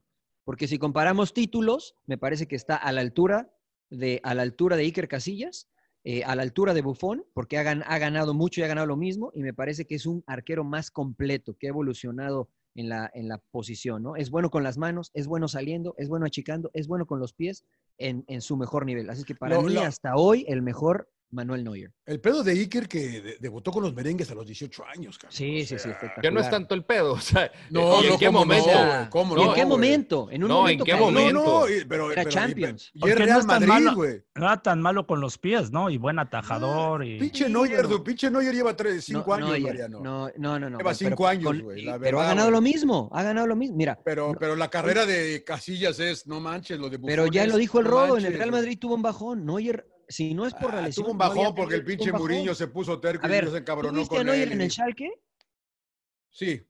Porque si comparamos títulos, me parece que está a la altura de, a la altura de Iker Casillas, eh, a la altura de Buffon, porque ha, gan- ha ganado mucho y ha ganado lo mismo, y me parece que es un arquero más completo, que ha evolucionado en la, en la posición, ¿no? Es bueno con las manos, es bueno saliendo, es bueno achicando, es bueno con los pies en, en su mejor nivel. Así que para
Lo-
mí,
lo-
hasta hoy, el mejor Manuel Neuer.
El pedo de Iker que de- debutó con los merengues a los 18 años, cabrón.
Sí, sí, sí,
Ya no
espectacular.
es tanto el pedo, o sea,
No,
¿y en
no,
qué
cómo
momento?
no, güey, cómo
¿Y en
no,
qué
güey.
momento? En un
eh, No,
momento.
¿en qué
cabrón.
momento?
No, no, y- pero-
Era
pero-
Champions.
y- y
Porque
es Real
es tan
Madrid,
malo-
güey.
No era tan malo con los pies, ¿no? Y buen atajador. y...
Pinche Neuer, du- pinche Neuer lleva 5
No,
años,
Neuer,
Mariano.
No, no, no. no
lleva
güey,
5
pero
años,
con-
güey. la
Pero ha
verdad,
ganado
güey.
lo mismo, ha ganado lo mismo. Mira,
Pero, pero la carrera de Casillas es, no manches, lo de Buffon
pero ya
es,
lo dijo el
no
Rodo, en el
este manches,
Real
güey.
Madrid tuvo un bajón. Neuer, si no es por la
Ah,
lesión.
Tuvo un
no había
bajón porque el
tenido
pinche
un bajón.
Mourinho se puso terco
A
y
ver,
Mourinho se
¿tú
encabronó
viste a
con
Neuer
él.
en
y-
el Schalke?
Sí.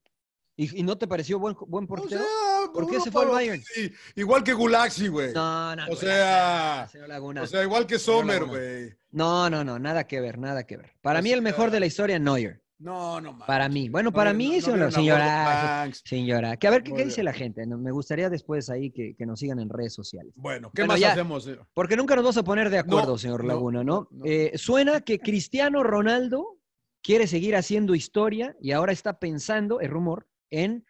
¿Y, y no te pareció buen, buen portero?
sea,
¿Por qué
uno
se fue al
para-
Bayern?
sí, Igual que Gulaxi, güey.
No, no,
O sea,
señor Laguna.
o sea, igual que
Señor
Sommer,
Laguna.
güey.
No, no, no, nada que ver, nada que ver. Para
O
mí el mejor de la historia, Neuer.
No, no mames.
Para mí. Bueno, para
no,
mí,
no
señor-
vieron a Gordon
señora.
Banks.
Señora. Que a ver qué,
Muy
qué
bien.
dice la gente. No, Me gustaría después ahí que, que nos sigan en redes sociales.
Bueno, ¿qué
Bueno,
más
ya.
hacemos? eh?
Porque nunca nos vamos a poner de acuerdo,
No,
señor
no,
Laguna, ¿no?
no.
Eh, suena que Cristiano Ronaldo quiere seguir haciendo historia y ahora está pensando, el rumor, en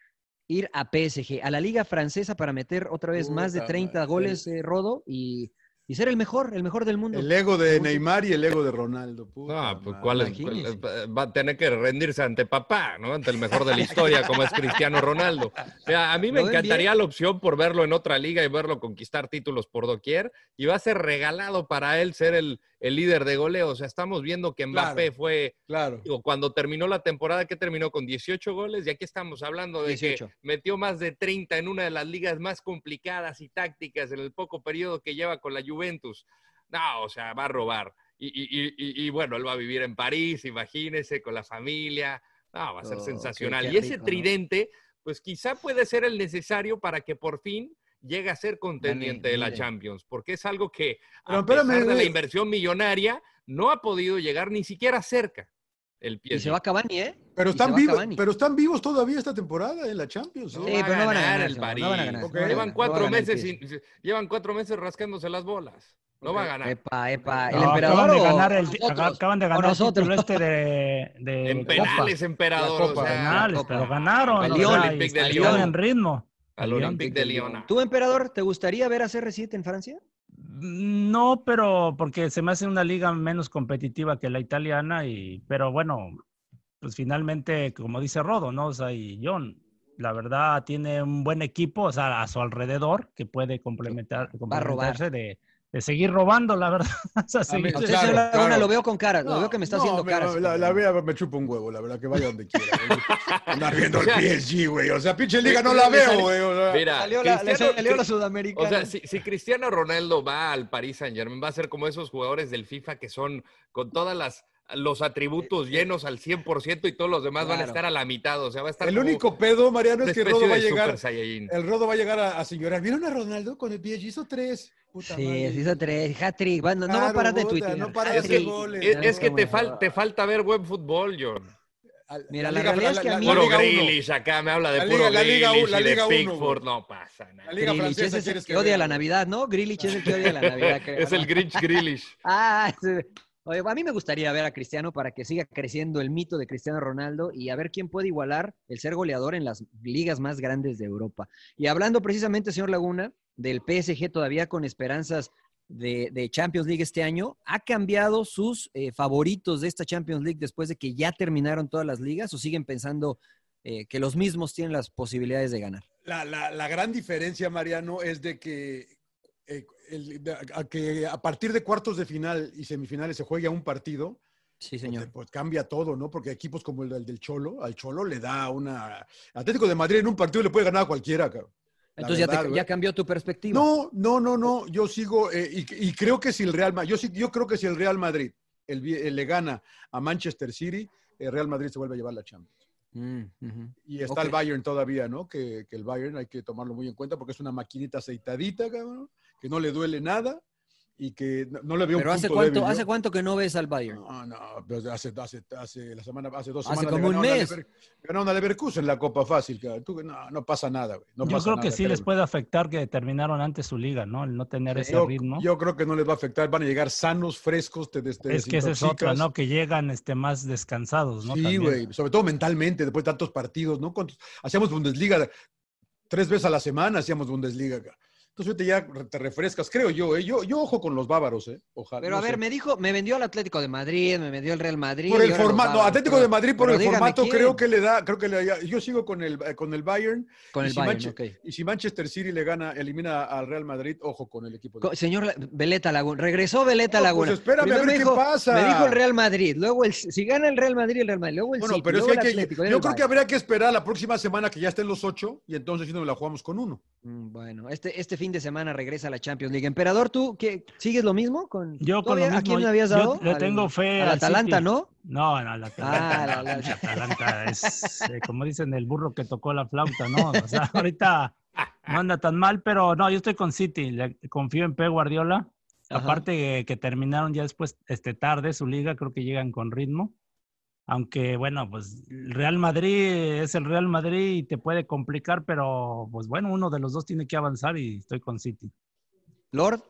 ir a PSG, a la Liga Francesa para meter otra vez más de
Puta
30
madre.
goles de rodo y, y ser el mejor, el mejor del mundo.
El ego de
Segundo.
Neymar y el ego de Ronaldo. puta
Ah, pues
madre.
¿cuál es, cuál es? va a tener que rendirse ante papá, ¿no? Ante el mejor de la historia, como es Cristiano Ronaldo. O sea, a mí me
Lo ven
encantaría
bien.
la opción por verlo en otra liga y verlo conquistar títulos por doquier. Y va a ser regalado para él ser el, el líder de goleo. O sea, estamos viendo que
Claro.
Mbappé fue,
Claro.
digo, cuando terminó la temporada, que terminó con 18 goles. Y aquí estamos hablando de
18.
que metió más de 30 en una de las ligas más complicadas y tácticas en el poco periodo que lleva con la Juventus. No, o sea, va a robar. Y, y- y- y- y bueno, él va a vivir en París, imagínese, con la familia. No, va a ser
Oh, qué-
sensacional.
qué
y ese
rico, ¿no?
tridente, pues quizá puede ser el necesario para que por fin llegue a ser contendiente de la
mire.
Champions, porque es algo que,
Pero
a
espérame,
pesar de la
güey.
inversión millonaria, no ha podido llegar ni siquiera cerca el pie.
Y se va Cavani, ¿eh?
Pero
Y se
están
va
vivos,
Cavani.
pero están vivos todavía esta temporada en la Champions. ¿no?
Sí, pero no van a ganar,
el
señor,
París.
no van a ganar,
no van a ganar,
Llevan
no
cuatro
van a ganar el
meses, sin- llevan cuatro meses rascándose las bolas. No va a ganar.
Epa, epa, el
No,
emperador.
acaban de
o
ganar el,
nosotros?
acaban de
¿O
ganar el
nosotros?
título este de, de
En
Copa.
penales, emperador.
La Copa,
o sea,
Penales,
Copa.
pero ganaron.
Al
o
Lyon,
sea,
Olympique
y
de
estuvieron
Lyon.
en ritmo.
al
Lyon.
Olympique de Lyon.
¿Tú, emperador, te gustaría ver a CR7 en Francia?
No, pero porque se me hace una liga menos competitiva que la italiana y, pero bueno, pues finalmente, como dice Rodo, ¿no? O sea, y John, la verdad tiene un buen equipo, o sea, a su alrededor que puede complementar,
robar.
complementarse de, de seguir robando, la verdad. O sea,
mí-
seguir-
A usted,
Ah, Claro,
señor Laguna,
claro.
lo veo con cara, lo veo que me está
No,
haciendo
me-
caras.
La, la vea, me chupa un huevo, la verdad, que vaya donde quiera. güey. Andar viendo el
O sea,
PSG, güey. O sea, pinche liga no la veo, güey. o sea.
Mira,
Salió la- le
Cristiano-
salió la
O
sudamericana.
sea, si, si Cristiano Ronaldo va al Paris Saint Germain, va a ser como esos jugadores del FIFA que son con todas las los atributos llenos al 100% y todos los demás van a
Eh, Claro.
estar a la mitad. O sea, va a estar
El
como
único pedo, Mariano,
una
es que
especie
Rodo va a
de
llegar.
Super Saiyajin.
El Rodo va a llegar a, a señorar. ¿Vieron a Ronaldo con el PSG? Hizo tres. Puta
Sí,
madre.
se hizo tres, hat-trick, va- no, no va a
Claro,
parar de
puta,
tuitear. Ah,
no para de
Es que,
hacer goles,
es- es que
¿no?
te, fal- te falta ver buen fútbol, John.
al-
Mira, la
Liga-
realidad es que a mí-
Liga
Puro
uno.
Grillis acá, me habla de
La
puro
Liga- la Liga
Grealish
uno, la
y de
Liga uno,
Pickford,
güey.
no pasa nada.
La Liga
Grealish
francesa,
es el
¿quieres
que,
que
odia
vea?
la Navidad, ¿no? Grilich es el que odia la Navidad, creo.
es
¿no?
el Grinch Grealish.
Ah, sí. Oye, a mí me gustaría ver a Cristiano para que siga creciendo el mito de Cristiano Ronaldo y a ver quién puede igualar el ser goleador en las ligas más grandes de Europa. Y hablando precisamente, señor Laguna, del PSG todavía con esperanzas de, de Champions League este año, ¿ha cambiado sus eh, favoritos de esta Champions League después de que ya terminaron todas las ligas o siguen pensando eh, que los mismos tienen las posibilidades de ganar?
La, la- la gran diferencia, Mariano, es de que, eh, el- de- a, que a partir de cuartos de final y semifinales se juegue a un partido.
Sí, señor.
Pues, cambia todo, ¿no? Porque equipos como el, del- del Cholo, al Cholo le da una. Atlético de Madrid en un partido le puede ganar a cualquiera, cabrón. La
Entonces ya, te-
verdad, güey.
ya cambió tu perspectiva.
No, no, no, no. Yo sigo eh, y, y creo que si el Real Madrid, yo, sí- yo creo que si el Real Madrid el vi- eh, le gana a Manchester City, el Real Madrid se vuelve a llevar la Champions.
Mm, ujú.
Y está el
Ok.
Bayern todavía, ¿no? Que, que el Bayern hay que tomarlo muy en cuenta porque es una maquinita aceitadita, cabrón, que no le duele nada y que no, no le veo
Pero
un
hace
punto
cuánto,
débil, yo.
hace cuánto que no ves al Bayern.
No, no, pues hace, hace, hace la semana, hace dos
Hace
semanas. le
como un
ganaron a
mes.
Lever- Ganaron a Leverkusen la Copa Fácil, cabrón. Tú- no, no pasa nada, güey. No
Yo
pasa
creo que
nada,
sí les
créeme.
puede afectar que terminaron antes su liga, ¿no? El no tener ese
yo,
ritmo.
yo creo que no les va a afectar, van a llegar sanos, frescos, te, des- te
es que esa es otra,
desintoxicas.
¿no? Que llegan este, más descansados, ¿no?
Sí,
También.
güey, sobre todo mentalmente, después de tantos partidos, ¿no? ¿Cuántos- Hacíamos Bundesliga tres veces a la semana, hacíamos Bundesliga. ca- Entonces ahorita ya re- te refrescas, creo yo, ¿eh? Yo, yo ojo con los bávaros, ¿eh? Ojalá.
Pero a
no sé.
ver, me dijo, me vendió el Atlético de Madrid, me vendió el Real Madrid.
Por
y
el
ahora los
formato, no,
bárbaros,
Atlético
pero-
de Madrid por
pero
el
dígame
formato
quién.
creo que le da, creo que le da- yo sigo con el eh, con el Bayern.
Con
y
el
si
Bayern,
Manche-
ok.
Y si Manchester City le gana, elimina al Real Madrid, ojo con el equipo. de-
Co- Señor La- Veleta Laguna, regresó Veleta
No, pues
Laguna.
espérame a
Primero
ver
me
qué
dijo-
pasa.
Me dijo el Real Madrid, luego el, si gana el Real Madrid, el Real Madrid, luego el
Bueno,
City,
pero es que
luego
hay
el
que-
Atlético, luego
yo
el
creo que
Bayern.
habría que esperar la próxima semana que ya estén los ocho y entonces sí nos la jugamos con uno.
Mm, Bueno, este, este fin de semana regresa a la Champions League. Emperador, ¿tú qué, sigues lo mismo? Con,
Yo con lo
todavía-
mismo,
¿A quién le
yo-
habías
yo
dado?
le
Al-
tengo fe
Al
al
Atalanta,
City.
¿no?
No, no, la Atalanta.
Ah, la-
no,
la-
la Atalanta es, eh, como dicen, el burro que tocó la flauta, ¿no? O sea, ahorita no anda tan mal, pero no, yo estoy con City, le- confío en P. Guardiola.
Ajá.
Aparte eh, que terminaron ya después, este tarde su liga, creo que llegan con ritmo. Aunque bueno, pues el Real Madrid es el Real Madrid y te puede complicar, pero pues bueno, uno de los dos tiene que avanzar y estoy con City.
Lord,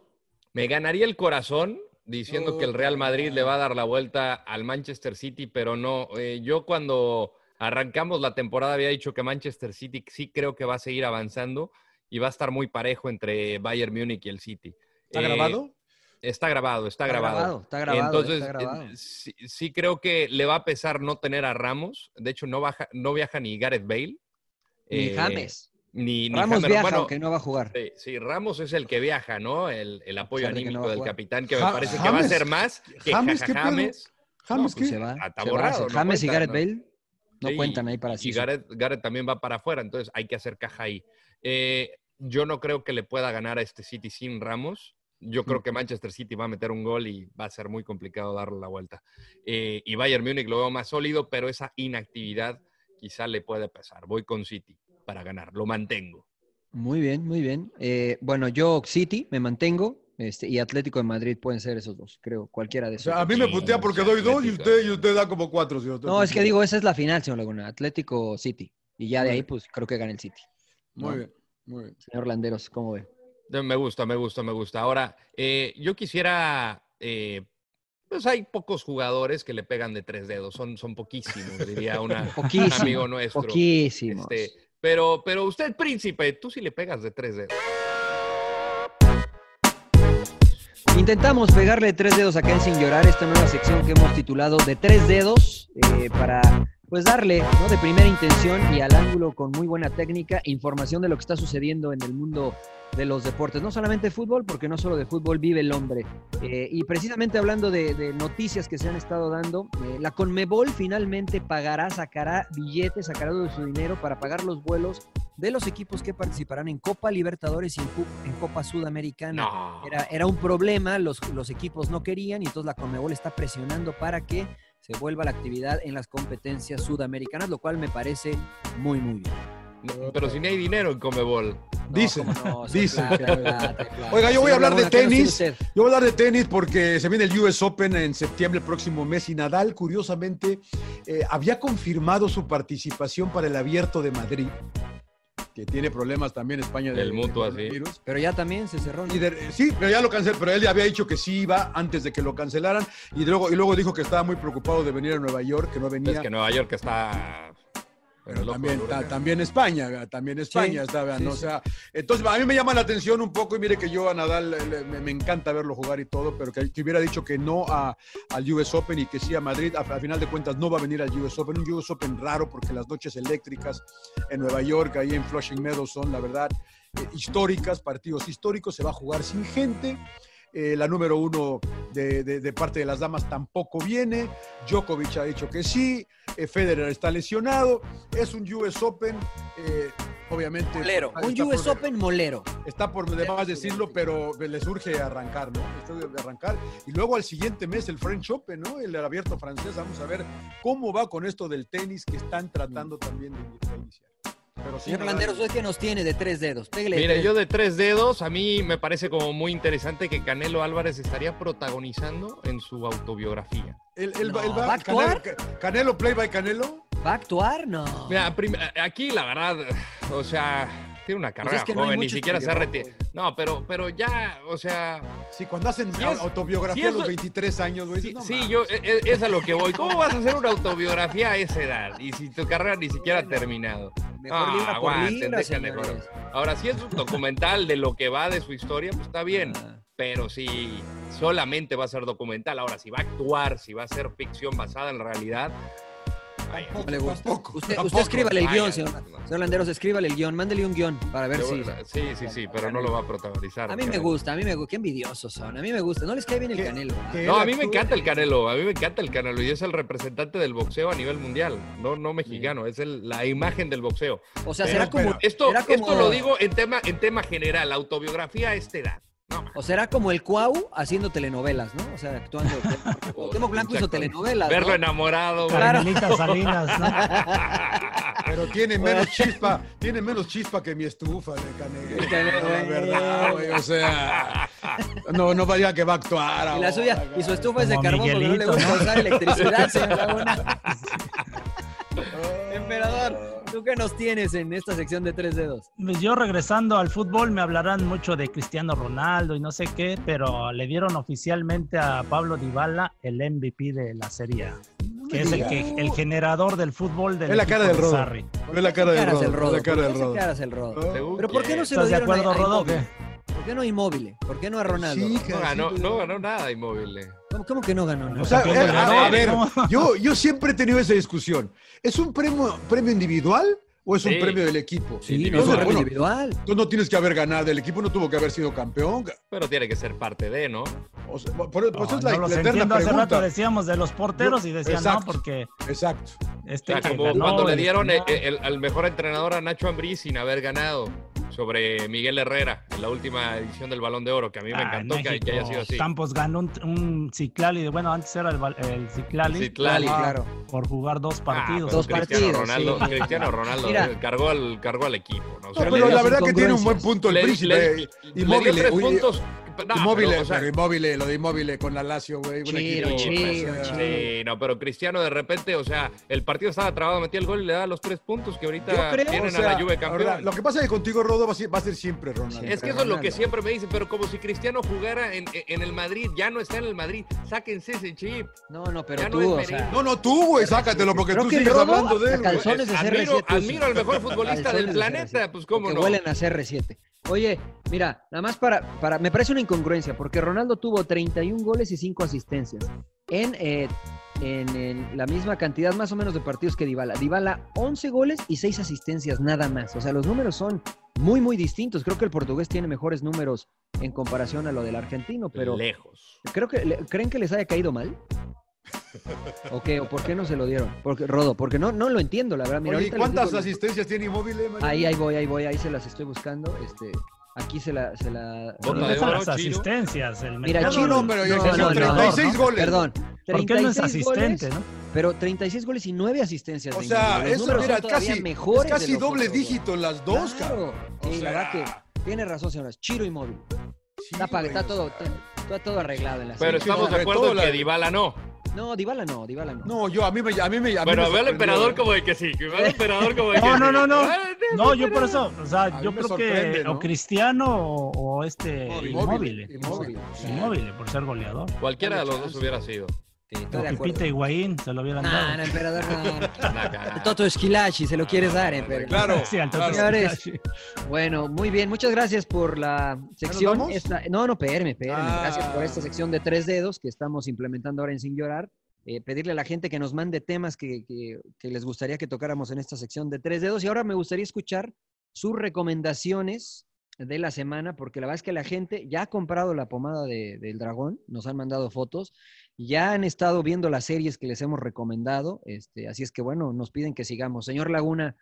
Me ganaría el corazón diciendo que el Real Madrid le va a dar la vuelta al Manchester City, pero no. Eh, yo cuando arrancamos la temporada había dicho que Manchester City sí creo que va a seguir avanzando y va a estar muy parejo entre Bayern Múnich y el City.
¿Está
Eh,
grabado?
Está grabado, está,
Está
grabado.
grabado, está grabado,
Entonces,
está grabado.
eh, sí, sí creo que le va a pesar no tener a Ramos. De hecho, no, baja, no viaja ni Gareth Bale.
ni
Eh,
James.
Ni, ni
Ramos
James.
viaja,
Bueno,
aunque no va a jugar.
Sí, sí, Ramos es el que viaja, ¿no? El, el apoyo
pesar de que no
anímico
va a
del
jugar.
capitán, que me
Ja-
parece que va a
James-
ser más que
James,
James.
¿qué pedo?
James.
James,
No, pues
¿qué?
se va. Está
Se va,
borrado,
se-
no
James y
cuenta,
Gareth
¿no?
Bale no
Sí,
cuentan ahí para sí.
Y Gareth, Gareth también va para afuera, entonces hay que hacer caja ahí. Eh, yo no creo que le pueda ganar a este City sin Ramos. Yo creo que Manchester City va a meter un gol y va a ser muy complicado darle la vuelta. Eh, y Bayern Múnich lo veo más sólido, pero esa inactividad quizá le puede pesar. Voy con City para ganar, lo mantengo.
Muy bien, muy bien. Eh, bueno, yo City me mantengo este, y Atlético de Madrid pueden ser esos dos, creo, cualquiera de
O
esos.
sea, a mí
dos.
me putea porque doy dos y usted, y usted da como cuatro. señor.
No, es que digo, esa es la final, señor Laguna, Atlético City. Y ya de ahí, pues creo que gana el City. ¿no?
Muy bien, muy bien.
Señor Landeros, ¿cómo ve?
Eh, Me gusta, me gusta, me gusta. Ahora, eh, yo quisiera, eh, pues hay pocos jugadores que le pegan de tres dedos, son, son poquísimos, diría una,
Poquísimos,
un amigo nuestro.
poquísimos.
Este, pero, pero usted, príncipe, tú sí le pegas de tres dedos.
Intentamos pegarle tres dedos acá en Sin Llorar, esta nueva sección que hemos titulado de tres dedos eh, para pues darle ¿no? de primera intención y al ángulo con muy buena técnica información de lo que está sucediendo en el mundo de los deportes, no solamente fútbol, porque no solo de fútbol vive el hombre. Eh, y precisamente hablando de, de noticias que se han estado dando, eh, la Conmebol finalmente pagará, sacará billetes, sacará de su dinero para pagar los vuelos de los equipos que participarán en Copa Libertadores y en, Cu- en Copa Sudamericana.
No.
Era, era un problema, los, los equipos no querían y entonces la Conmebol está presionando para que se vuelva la actividad en las competencias sudamericanas, lo cual me parece muy, muy bien.
No, Pero si no hay dinero en Comebol.
Dicen,
cómo no, sí,
dicen.
plata,
que-
plata, plata.
Oiga, yo
Señor
voy a hablar
Laguna,
de
¿qué nos tiene
tenis.
usted?
Yo voy a hablar de tenis porque se viene el US Open en septiembre, el próximo mes, y Nadal, curiosamente, eh, había confirmado su participación para el Abierto de Madrid, que tiene problemas también España del
El mutuo así.
Pero ya también se cerró. ¿no?
y de- Eh, sí, pero ya lo canceló, pero él ya había dicho que sí iba antes de que lo cancelaran y luego, y luego dijo que estaba muy preocupado de venir a Nueva York, que no venía.
Es que Nueva York está. Pero
También, ta- también España, eh, también España
Sí,
está, vean,
sí,
¿no? O
sí.
sea, entonces a mí me llama la atención un poco y mire que yo a Nadal eh, le- me, me encanta verlo jugar y todo, pero que, que hubiera dicho que no a, al US Open y que sí a Madrid, a, a final de cuentas no va a venir al US Open, un US Open raro porque las noches eléctricas en Nueva York, ahí en Flushing Meadows son, la verdad, eh, históricas, partidos históricos, se va a jugar sin gente. Eh, la número uno de, de- de parte de las damas tampoco viene. Djokovic ha dicho que sí. eh, Federer está lesionado. Es un US Open, eh, obviamente.
Molero.
está-
Un
está
US
por-
Open molero.
Está por demás decirlo, pero le surge arrancar, ¿no? Está de arrancar. Y luego al siguiente mes el French Open, ¿no? El abierto francés. Vamos a ver cómo va con esto del tenis que están tratando también de, de iniciar. Pero sí,
Señor
Nadal-
Landeros, ¿usted qué nos tiene de tres dedos? Pégale.
Mira,
tres.
yo de tres dedos, a mí me parece como muy interesante que Canelo Álvarez estaría protagonizando en su autobiografía.
el, el-
No,
el-
¿va a actuar?
Canelo, Canelo Play by Canelo.
¿Va a actuar? No.
Mira, prim- aquí la verdad, o sea, tiene una carrera
Pues es que no hay
joven, ni
muchos
siquiera se ha
pelirrojos.
retirado. No, pero, pero ya, o sea,
Sí, cuando hacen
Sí es-
autobiografía
sí es-
a los 23 años, güey. dices, no
sí,
mames.
yo, e- e- es a lo que voy. ¿Cómo vas a hacer una autobiografía a esa edad? Y si tu carrera ni siquiera ha terminado.
Mejor
Ah,
libra por
aguanten,
libra,
dejen de
señores.
joder. Ahora, si es un documental de lo que va de su historia, pues está bien.
Ah.
Pero si solamente va a ser documental, ahora si va a actuar, si va a ser ficción basada en realidad, vaya,
No le gusta. Usted,
Tampoco,
usted escríbale el
vaya.
guión, señor, señor Landeros, escríbale el guión, mándele un guión para ver
yo-
si...
sí, sí, sí, pero no lo va a protagonizar.
A mí me
Canelo.
gusta, a mí me gusta. Qué envidiosos son. A mí me gusta. No les cae bien el canelo. ¿verdad?
No, a mí me encanta el Canelo, a mí me encanta el Canelo y es el representante del boxeo a nivel mundial, no, no mexicano, es el- la imagen del boxeo.
O sea,
Pero-
será como-
pero esto,
será como-
esto lo digo en tema, en tema general, autobiografía a esta edad.
O será como el Cuau haciendo telenovelas, ¿no? O sea, actuando.
Oh,
Temo Blanco hizo
Exacto.
telenovelas. ¿no?
Verlo enamorado. güey.
Carmelita Salinas, ¿no?
Pero tiene menos chispa, tiene menos chispa que mi estufa de Canelo.
Canelo,
La
güey.
Ah, verdad, güey. O sea, no, no vaya que va a actuar.
Y la
ahora,
suya, y su estufa es de
Como
carbón porque no le
Miguelito,
gusta
¿no?
usar electricidad, señor Laguna. Emperador, ¿tú qué nos tienes en esta sección de tres dedos?
Pues yo regresando al fútbol me hablarán mucho de Cristiano Ronaldo y no sé qué, pero le dieron oficialmente a Pablo Dybala el MVP de la Serie A, que es el, que, el generador del fútbol del
Ve la
equipo
cara del
de
Rodo.
Sarri.
Ve la cara del
Caras
Rodo.
el
ve
rodo.
La cara
¿Por
del
qué se
Rodo.
caras el rodo?
Según
Pero ¿por qué no se lo
¿Estás de
dieron
acuerdo,
a, a
Rodo, o
Immobile?
qué?
¿Por qué no a Immobile? ¿Por qué no a Ronaldo?
Sí,
No
cara,
ganó,
sí,
no ganó nada inmóvil. eh.
¿Cómo, cómo que no ganó? nada?
O sea,
Campeón
eh,
goleador,
a, a ver,
¿no?
yo, yo siempre he tenido esa discusión. ¿Es un premio, premio individual o es un
Sí.
premio del equipo?
sí, no es
Entonces,
un premio
bueno,
individual.
Tú no tienes que haber ganado, el equipo no tuvo que haber sido campeón.
Pero tiene que ser parte de, ¿no?
O sea, por, por- por eso
No,
es la,
no los
la
entiendo.
eterna
Hace rato
pregunta.
decíamos de los porteros y decían
Exacto.
no porque
Exacto.
O
este
sea,
que
como
ganó,
cuando le
el-
dieron eh, el- el- al mejor entrenador a Nacho Ambriz sin haber ganado sobre Miguel Herrera en la última edición del Balón de Oro, que a mí me
Ah, en
encantó que, que haya
México,
sido así.
Campos ganó un, un Ciclali, bueno, antes era el, Val- el Ciclali,
Citlali.
ah,
Claro.
por jugar dos
Ah,
partidos.
pero
Dos
Cristiano
partidos,
Ronaldo,
sí.
Cristiano Ronaldo
Mira.
eh, cargó, al, cargó al equipo. ¿no? O
No,
sea,
pero
le-
la
las
verdad que tiene un buen
incongruencias.
punto el
le-
príncipe.
le- le dio
inmóvil,
tres
oye,
puntos. No,
inmóvil, eh,
pero, o sea,
pero inmóvil, lo de inmóvil con la Lazio, güey. un
Chiro,
equipo,
chiro,
o sea,
chiro.
Sí, eh, no, pero Cristiano de repente, o sea, el partido estaba trabado, metía el gol y le da los tres puntos que ahorita
Yo creo,
tienen
o sea,
a la Juve campeón.
ahora, lo que pasa es que contigo, Rodo, va a ser, va a ser siempre Ronaldo.
Es que eso es lo que siempre me dicen, pero como si Cristiano jugara en, en el Madrid, ya no está en el Madrid, sáquense ese chip.
No, no, pero
Ya no
tú,
es
o
Merino.
sea...
No, no, tú, güey, sácatelo porque
Creo
tú
que el
sigues
Rodo
hablando de él.
hasta
güey.
calzón. Calzones de
admiro,
CR7
admiro al mejor futbolista
Calzones
del
de
planeta,
CR7,
pues cómo
que
no.
huelen a CR7. Oye, mira, nada más para, para. Me parece una incongruencia, porque Ronaldo tuvo 31 goles y 5 asistencias. En, eh, en, en la misma cantidad, más o menos, de partidos que Dybala. Dybala, 11 goles y 6 asistencias, nada más. O sea, los números son muy, muy distintos. Creo que el portugués tiene mejores números en comparación a lo del argentino, pero.
Lejos.
Creo que, le- ¿Creen que les haya caído mal? ¿O qué? ¿O por qué no se lo dieron? Porque, Rodo, porque no, no lo entiendo, la verdad. Mira,
Oye, ¿y
ahorita les
cuántas
digo-
asistencias tiene inmóvil, eh, Mario?
Ahí, ahí voy, ahí voy, ahí se las estoy buscando. Este, Aquí se la. Se la
Bota
no,
de
no,
oro,
las
Chiro.
asistencias. El Mira,
mercado-
Chiro.
No, no, pero ya son 36 goles.
Perdón.
¿Por qué no es
36
asistente,
goles,
no?
Pero 36 goles y 9 asistencias.
O
de
sea,
Iñaki. Los
eso
números
mira,
son todavía
casi,
mejores
es casi
de los
doble
otros dos.
dígito en las dos,
Claro.
cabrón.
Sí, la verdad que tiene razón, señoras. Chiro y móvil. está, pa- está todo, está todo arreglado en la
Pero
serie.
estamos de
sobre
acuerdo
todo
en
la-
que Dybala no.
No, Dybala no, Dybala no.
No, yo a mí me. A mí me a mí
Bueno,
me
veo al
sorprendió,
emperador
¿eh?
como de que sí. Veo al emperador como de que
No,
sí.
no, no, no.
Ay,
No, yo por eso, o sea,
mí
yo
me
creo
sorprende,
que
¿no?
o Cristiano o, o este
Móvil.
inmóvil.
Inmóvil.
Inmóvil, por ser goleador.
Cualquiera de los dos hubiera sido.
estoy de
O
acuerdo.
Pipita Higuaín se lo hubieran
No,
dado.
no, emperador, no.
Nah, nah.
Toto Esquilachi, se lo quieres dar, eh, emperador.
Claro,
Sí, al Toto
claro.
Señores,
Esquilachi.
bueno, muy bien. Muchas gracias por la sección.
vamos?
Esta- no, no, espérame, espérame.
Ah.
Gracias por esta sección de tres dedos que estamos implementando ahora en Sin Llorar. Eh, pedirle a la gente que nos mande temas que, que- que les gustaría que tocáramos en esta sección de tres dedos. Y ahora me gustaría escuchar sus recomendaciones de la semana, porque la verdad es que la gente ya ha comprado la pomada de- del dragón, nos han mandado fotos, ya han estado viendo las series que les hemos recomendado, este, así es que bueno, nos piden que sigamos. Señor Laguna,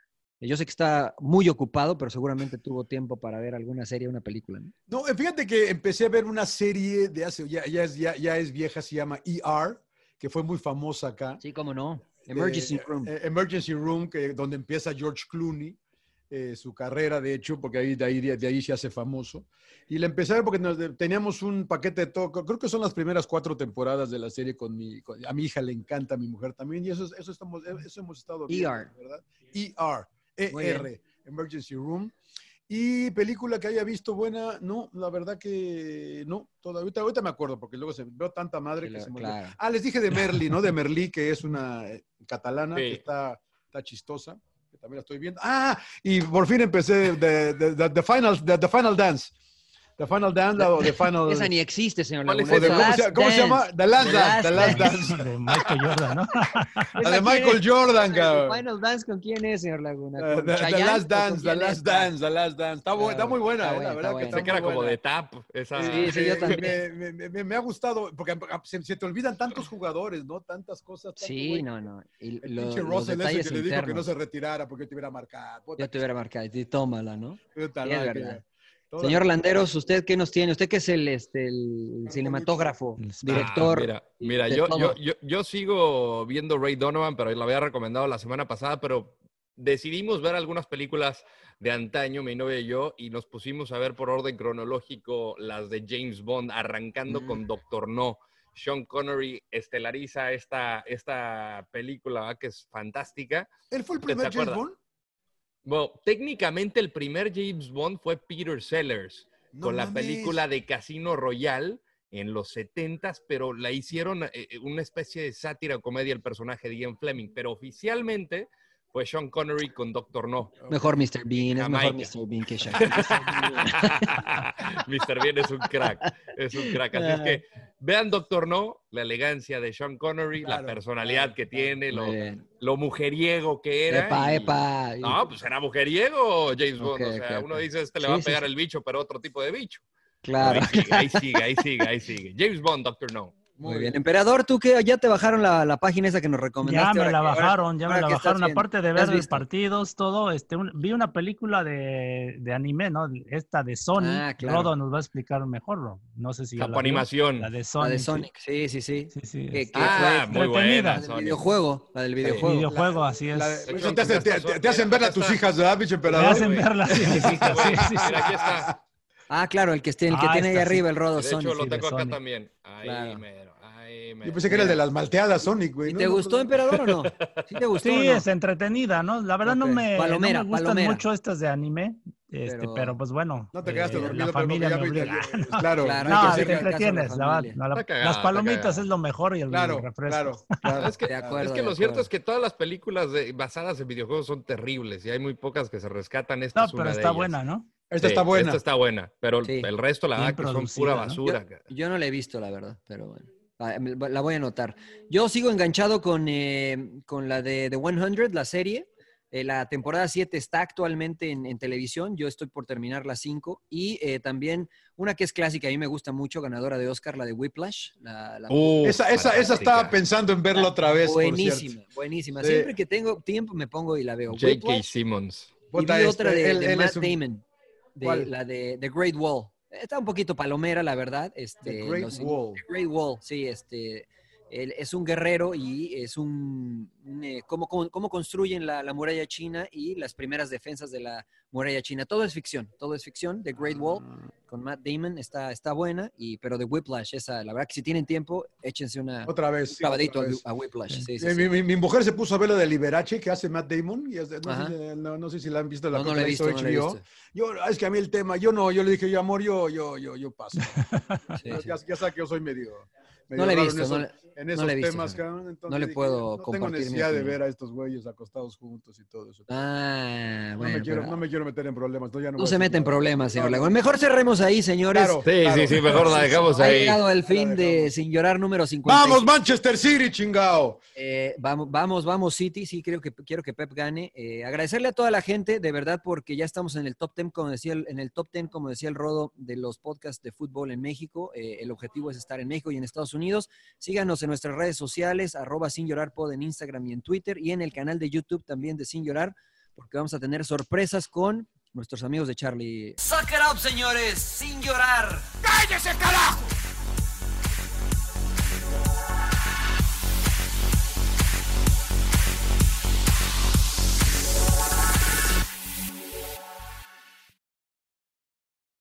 eh, Yo sé que está muy ocupado, pero seguramente tuvo tiempo para ver alguna serie, una película. ¿no?
No, eh, fíjate que empecé a ver una serie de hace, ya, ya, es, ya, ya es vieja, se llama ER, que fue muy famosa acá.
Sí, cómo no. Emergency
Eh,
Room.
eh, Emergency Room, que, donde empieza George Clooney, eh, su carrera, de hecho, porque ahí, de, ahí, de ahí se hace famoso. Y la empecé a ver porque nos- teníamos un paquete de todo. Creo que son las primeras cuatro temporadas de la serie con mi... con- a mi hija le encanta, a mi mujer también. Y eso, es- eso, estamos, eh, eso hemos estado
ER.
¿verdad? ER.
Muy bien.
ER. Emergency Room. Y película que haya visto buena, no, la verdad que no. Toda, ahorita, ahorita me acuerdo, porque luego se veo tanta madre
Sí,
que
la-
se me olvida.
claro.
Ah, les dije de Merly, ¿no? De Merlí, que es una eh, catalana
Sí.
que está, está chistosa, que también la estoy viendo. Ah, y por fin empecé de, de- de- de final, de- de Final Dance. The Final Dance la- o The Final...
Esa ni existe, señor
¿Cuál es
Laguna.
o de-
es
¿cómo, se,
Last
cómo se llama?
Dance.
The Last Dance. The Last Dance.
De Michael Jordan, ¿no?
La
¿Esa
de
quién
Michael
es?
Jordan,
¿El
cabrón.
Final Dance con quién es, señor Laguna?
Eh,
¿Con
The, The
Chayanne o
Last
con
Dance, The
quién
Last
es?
Dance, The Last Dance. Está, bu- está muy buena,
Está
eh,
buena, está
la verdad que
buena.
está
Pensé que era
muy
como
buena. Eh,
de tap. Esa...
Sí, sí, yo
Me-
también.
Me, me- me- me ha gustado, porque se, se te olvidan tantos jugadores, ¿no? Tantas cosas. tanto
Sí,
güey.
no, no. Y
El
lo-
pinche
los
Russell ese
detalles
que le dijo que no
internos.
se retirara porque te hubiera marcado. Puta,
Yo te hubiera marcado. Sí, tómala, ¿no?
puta,
sí,
no,
es
que-
verdad.
toda-
Señor Landeros, ¿usted qué nos tiene? ¿Usted qué es el, este, el cinematógrafo, director?
Ah, mira, mira,
de
yo,
todo?
yo, yo, yo sigo viendo Ray Donovan, pero la había recomendado la semana pasada, pero decidimos ver algunas películas de antaño, mi novia y yo, y nos pusimos a ver por orden cronológico las de James Bond, arrancando
Mm.
con Doctor No. Sean Connery estelariza esta, esta película ¿verdad? que es fantástica.
¿Él fue el
¿Te
primer James
acuerdas?
Bond?
Bueno, técnicamente el primer James Bond fue Peter Sellers
No
con la
mames.
película de Casino Royale en los 70s, pero la hicieron eh, eh, una especie de sátira o comedia el personaje de Ian Fleming, pero oficialmente fue Sean Connery con Doctor No.
Mejor Mr. Bean, es mejor
Jamaica.
Mr. Bean que Shaq.
Mr. Bien es un crack, es un crack. Así es que vean Doctor No, la elegancia de Sean Connery,
Claro,
la personalidad que tiene,
Muy
lo,
bien.
lo mujeriego que era.
Eh, Epa,
y-
epa.
No, pues era mujeriego James Bond.
Ok,
o sea,
ok,
uno
ok.
dice, este le
Sí,
va a
sí,
pegar
sí.
el bicho, pero otro tipo de bicho.
Claro.
Ahí sigue, ahí sigue, ahí sigue, ahí sigue. James Bond, Doctor No.
Muy bien. Emperador, tú que ya te bajaron la, la página esa que nos
Ya
recomendaste.
me
ahora
la
que- ahora-
bajaron, ya me
ahora
la
que estás
bajaron.
viendo.
Aparte de
¿Qué has
ver los
visto?
partidos, todo, este, un- vi una película de, de anime, ¿no? Esta de Sony.
Ah, claro.
Rodo nos va a explicar mejor, ¿no? No sé si ya la vio.
Japonimación.
La de Sonic.
La de
sí.
Sonic, sí, sí, sí.
Sí, sí,
Que-
es-
que
fue
Ah, muy
entretenida.
buena.
La del
Sony.
videojuego, la del videojuego.
videojuego, así es.
La-
De
eso
hecho,
te, hace-
ya está
te-
sol-
te- te hacen
mira,
ver a
acá
tus
está.
hijas, ¿verdad, pinche
Me
emperador?
hacen ver las imágenes, sí, sí, sí.
Mira, aquí está.
Ah, claro, el que, esté- el que
Ah,
tiene ahí
esta sí.
arriba el rodo
De hecho,
Sonic.
lo
sí, de
tengo acá
Sony.
también. Ahí,
Claro.
mero, ahí, mero.
Yo pensé que era el de las malteadas, Sonic, güey.
¿Y
¿no?
te
No,
gustó,
no, no.
emperador, o no? Sí, te gustó.
Sí,
o no?
es entretenida, ¿no? La verdad no,
Ok.
me, no me
Palomera,
gustan
palomera.
mucho estas de anime, este,
Pero-
pero, pues bueno.
No te quedaste
eh,
dormido,
La
pero porque
familia
ya
me
viste-
obliga.
Claro,
Claro, hay que
No,
sí,
hacer-
te
caso a la
entretienes, la
familia.
verdad. No, la-
Está cagada,
las
está
palomitas
cagada.
es lo mejor y el
Claro,
refresco.
claro, claro.
Ah, Es que,
De acuerdo,
es que
de
lo cierto
acuerdo.
es que todas las películas de- basadas en videojuegos son terribles y hay muy pocas que se rescatan. Esta
No,
es una
pero
de
está
ellas.
buena, ¿no?
Esta
Sí,
está buena.
Esta está buena, pero
Sí.
el resto, la
Bien
verdad, que son
producida,
pura
¿no?
basura.
Yo no la he visto, la verdad, pero bueno. Ah, me- La voy a anotar. Yo sigo enganchado con, eh, con la de The 100, la serie. Eh, la temporada 7 está actualmente en, en televisión. Yo estoy por terminar la 5. Y eh, también una que es clásica, a mí me gusta mucho, ganadora de Oscar, la de Whiplash. La, la-
Uh,
Esa, esa, esa estaba
fantástica.
pensando en verla otra vez. por cierto.
buenísima, buenísima.
Sí.
Siempre que tengo tiempo me pongo y la veo.
J.K.
Whiplash,
Simmons.
y vi
Puta,
otra
este,
de,
él-
de
él
Matt
es un-
Damon. de
¿Cuál?
la de The Great Wall. Está un poquito palomera, la verdad. Este,
The Great Wall.
The Great Wall, sí, este. él es un guerrero y es un... un, eh, cómo, cómo- cómo construyen la, la muralla china y las primeras defensas de la muralla china. Todo es ficción, todo es ficción. The Great Wall
Ah.
con Matt Damon está, está buena, y, pero de Whiplash, esa, la verdad que si tienen tiempo, échense una...
Otra vez,
Un
sí, otra
clavadito a-
vez.
a, Whiplash. Sí, sí,
Eh,
sí.
Mi, mi- mi mujer se puso a ver la de Liberace que hace Matt Damon. y es de- no,
Ajá.
sé, si- no- no sé si la han visto. La
No, no
cosa
la he
la hizo
visto, no la he
HBO.
visto.
Yo, ah, es que a mí el tema, yo no, yo le dije, yo amor, yo, yo, yo, yo paso. ya, ya- ya sabes que yo soy medio. medio
No la he
raro
visto,
en esos,
no la-
en
no
esos
la he visto,
temas,
no.
cabrón,
No
entonces
le
dije,
puedo
No tengo
compartir mi
necesidad de
opinión.
ver a estos güeyes acostados juntos y todo eso.
Ah,
no,
bueno,
me quiero,
pero-
no me quiero meter en problemas. No, ya no
No
voy a
se
decir
mete en
nada.
problemas, señor
No,
Laguna. Mejor cerremos ahí, señores.
Claro, Sí, claro. sí, sí, mejor la dejamos
Ha
ahí.
llegado el fin de Sin Llorar número 50.
Vamos, Manchester City, chingao.
Eh, vamos, vamos, vamos, City. Sí, creo que quiero que Pep gane. Eh, agradecerle a toda la gente, de verdad, porque ya estamos en el top 10, como decía el, en el top 10, como decía el Rodo, de los podcasts de fútbol en México. Eh, el objetivo es estar en México y en Estados Unidos. Síganos en nuestras redes sociales, arroba Sin Llorar Pod en Instagram y en Twitter, y en el canal de YouTube también de Sin Llorar, porque vamos a tener sorpresas con nuestros amigos de Charlie
Suck it up, señores, sin llorar. ¡Cállese, carajo!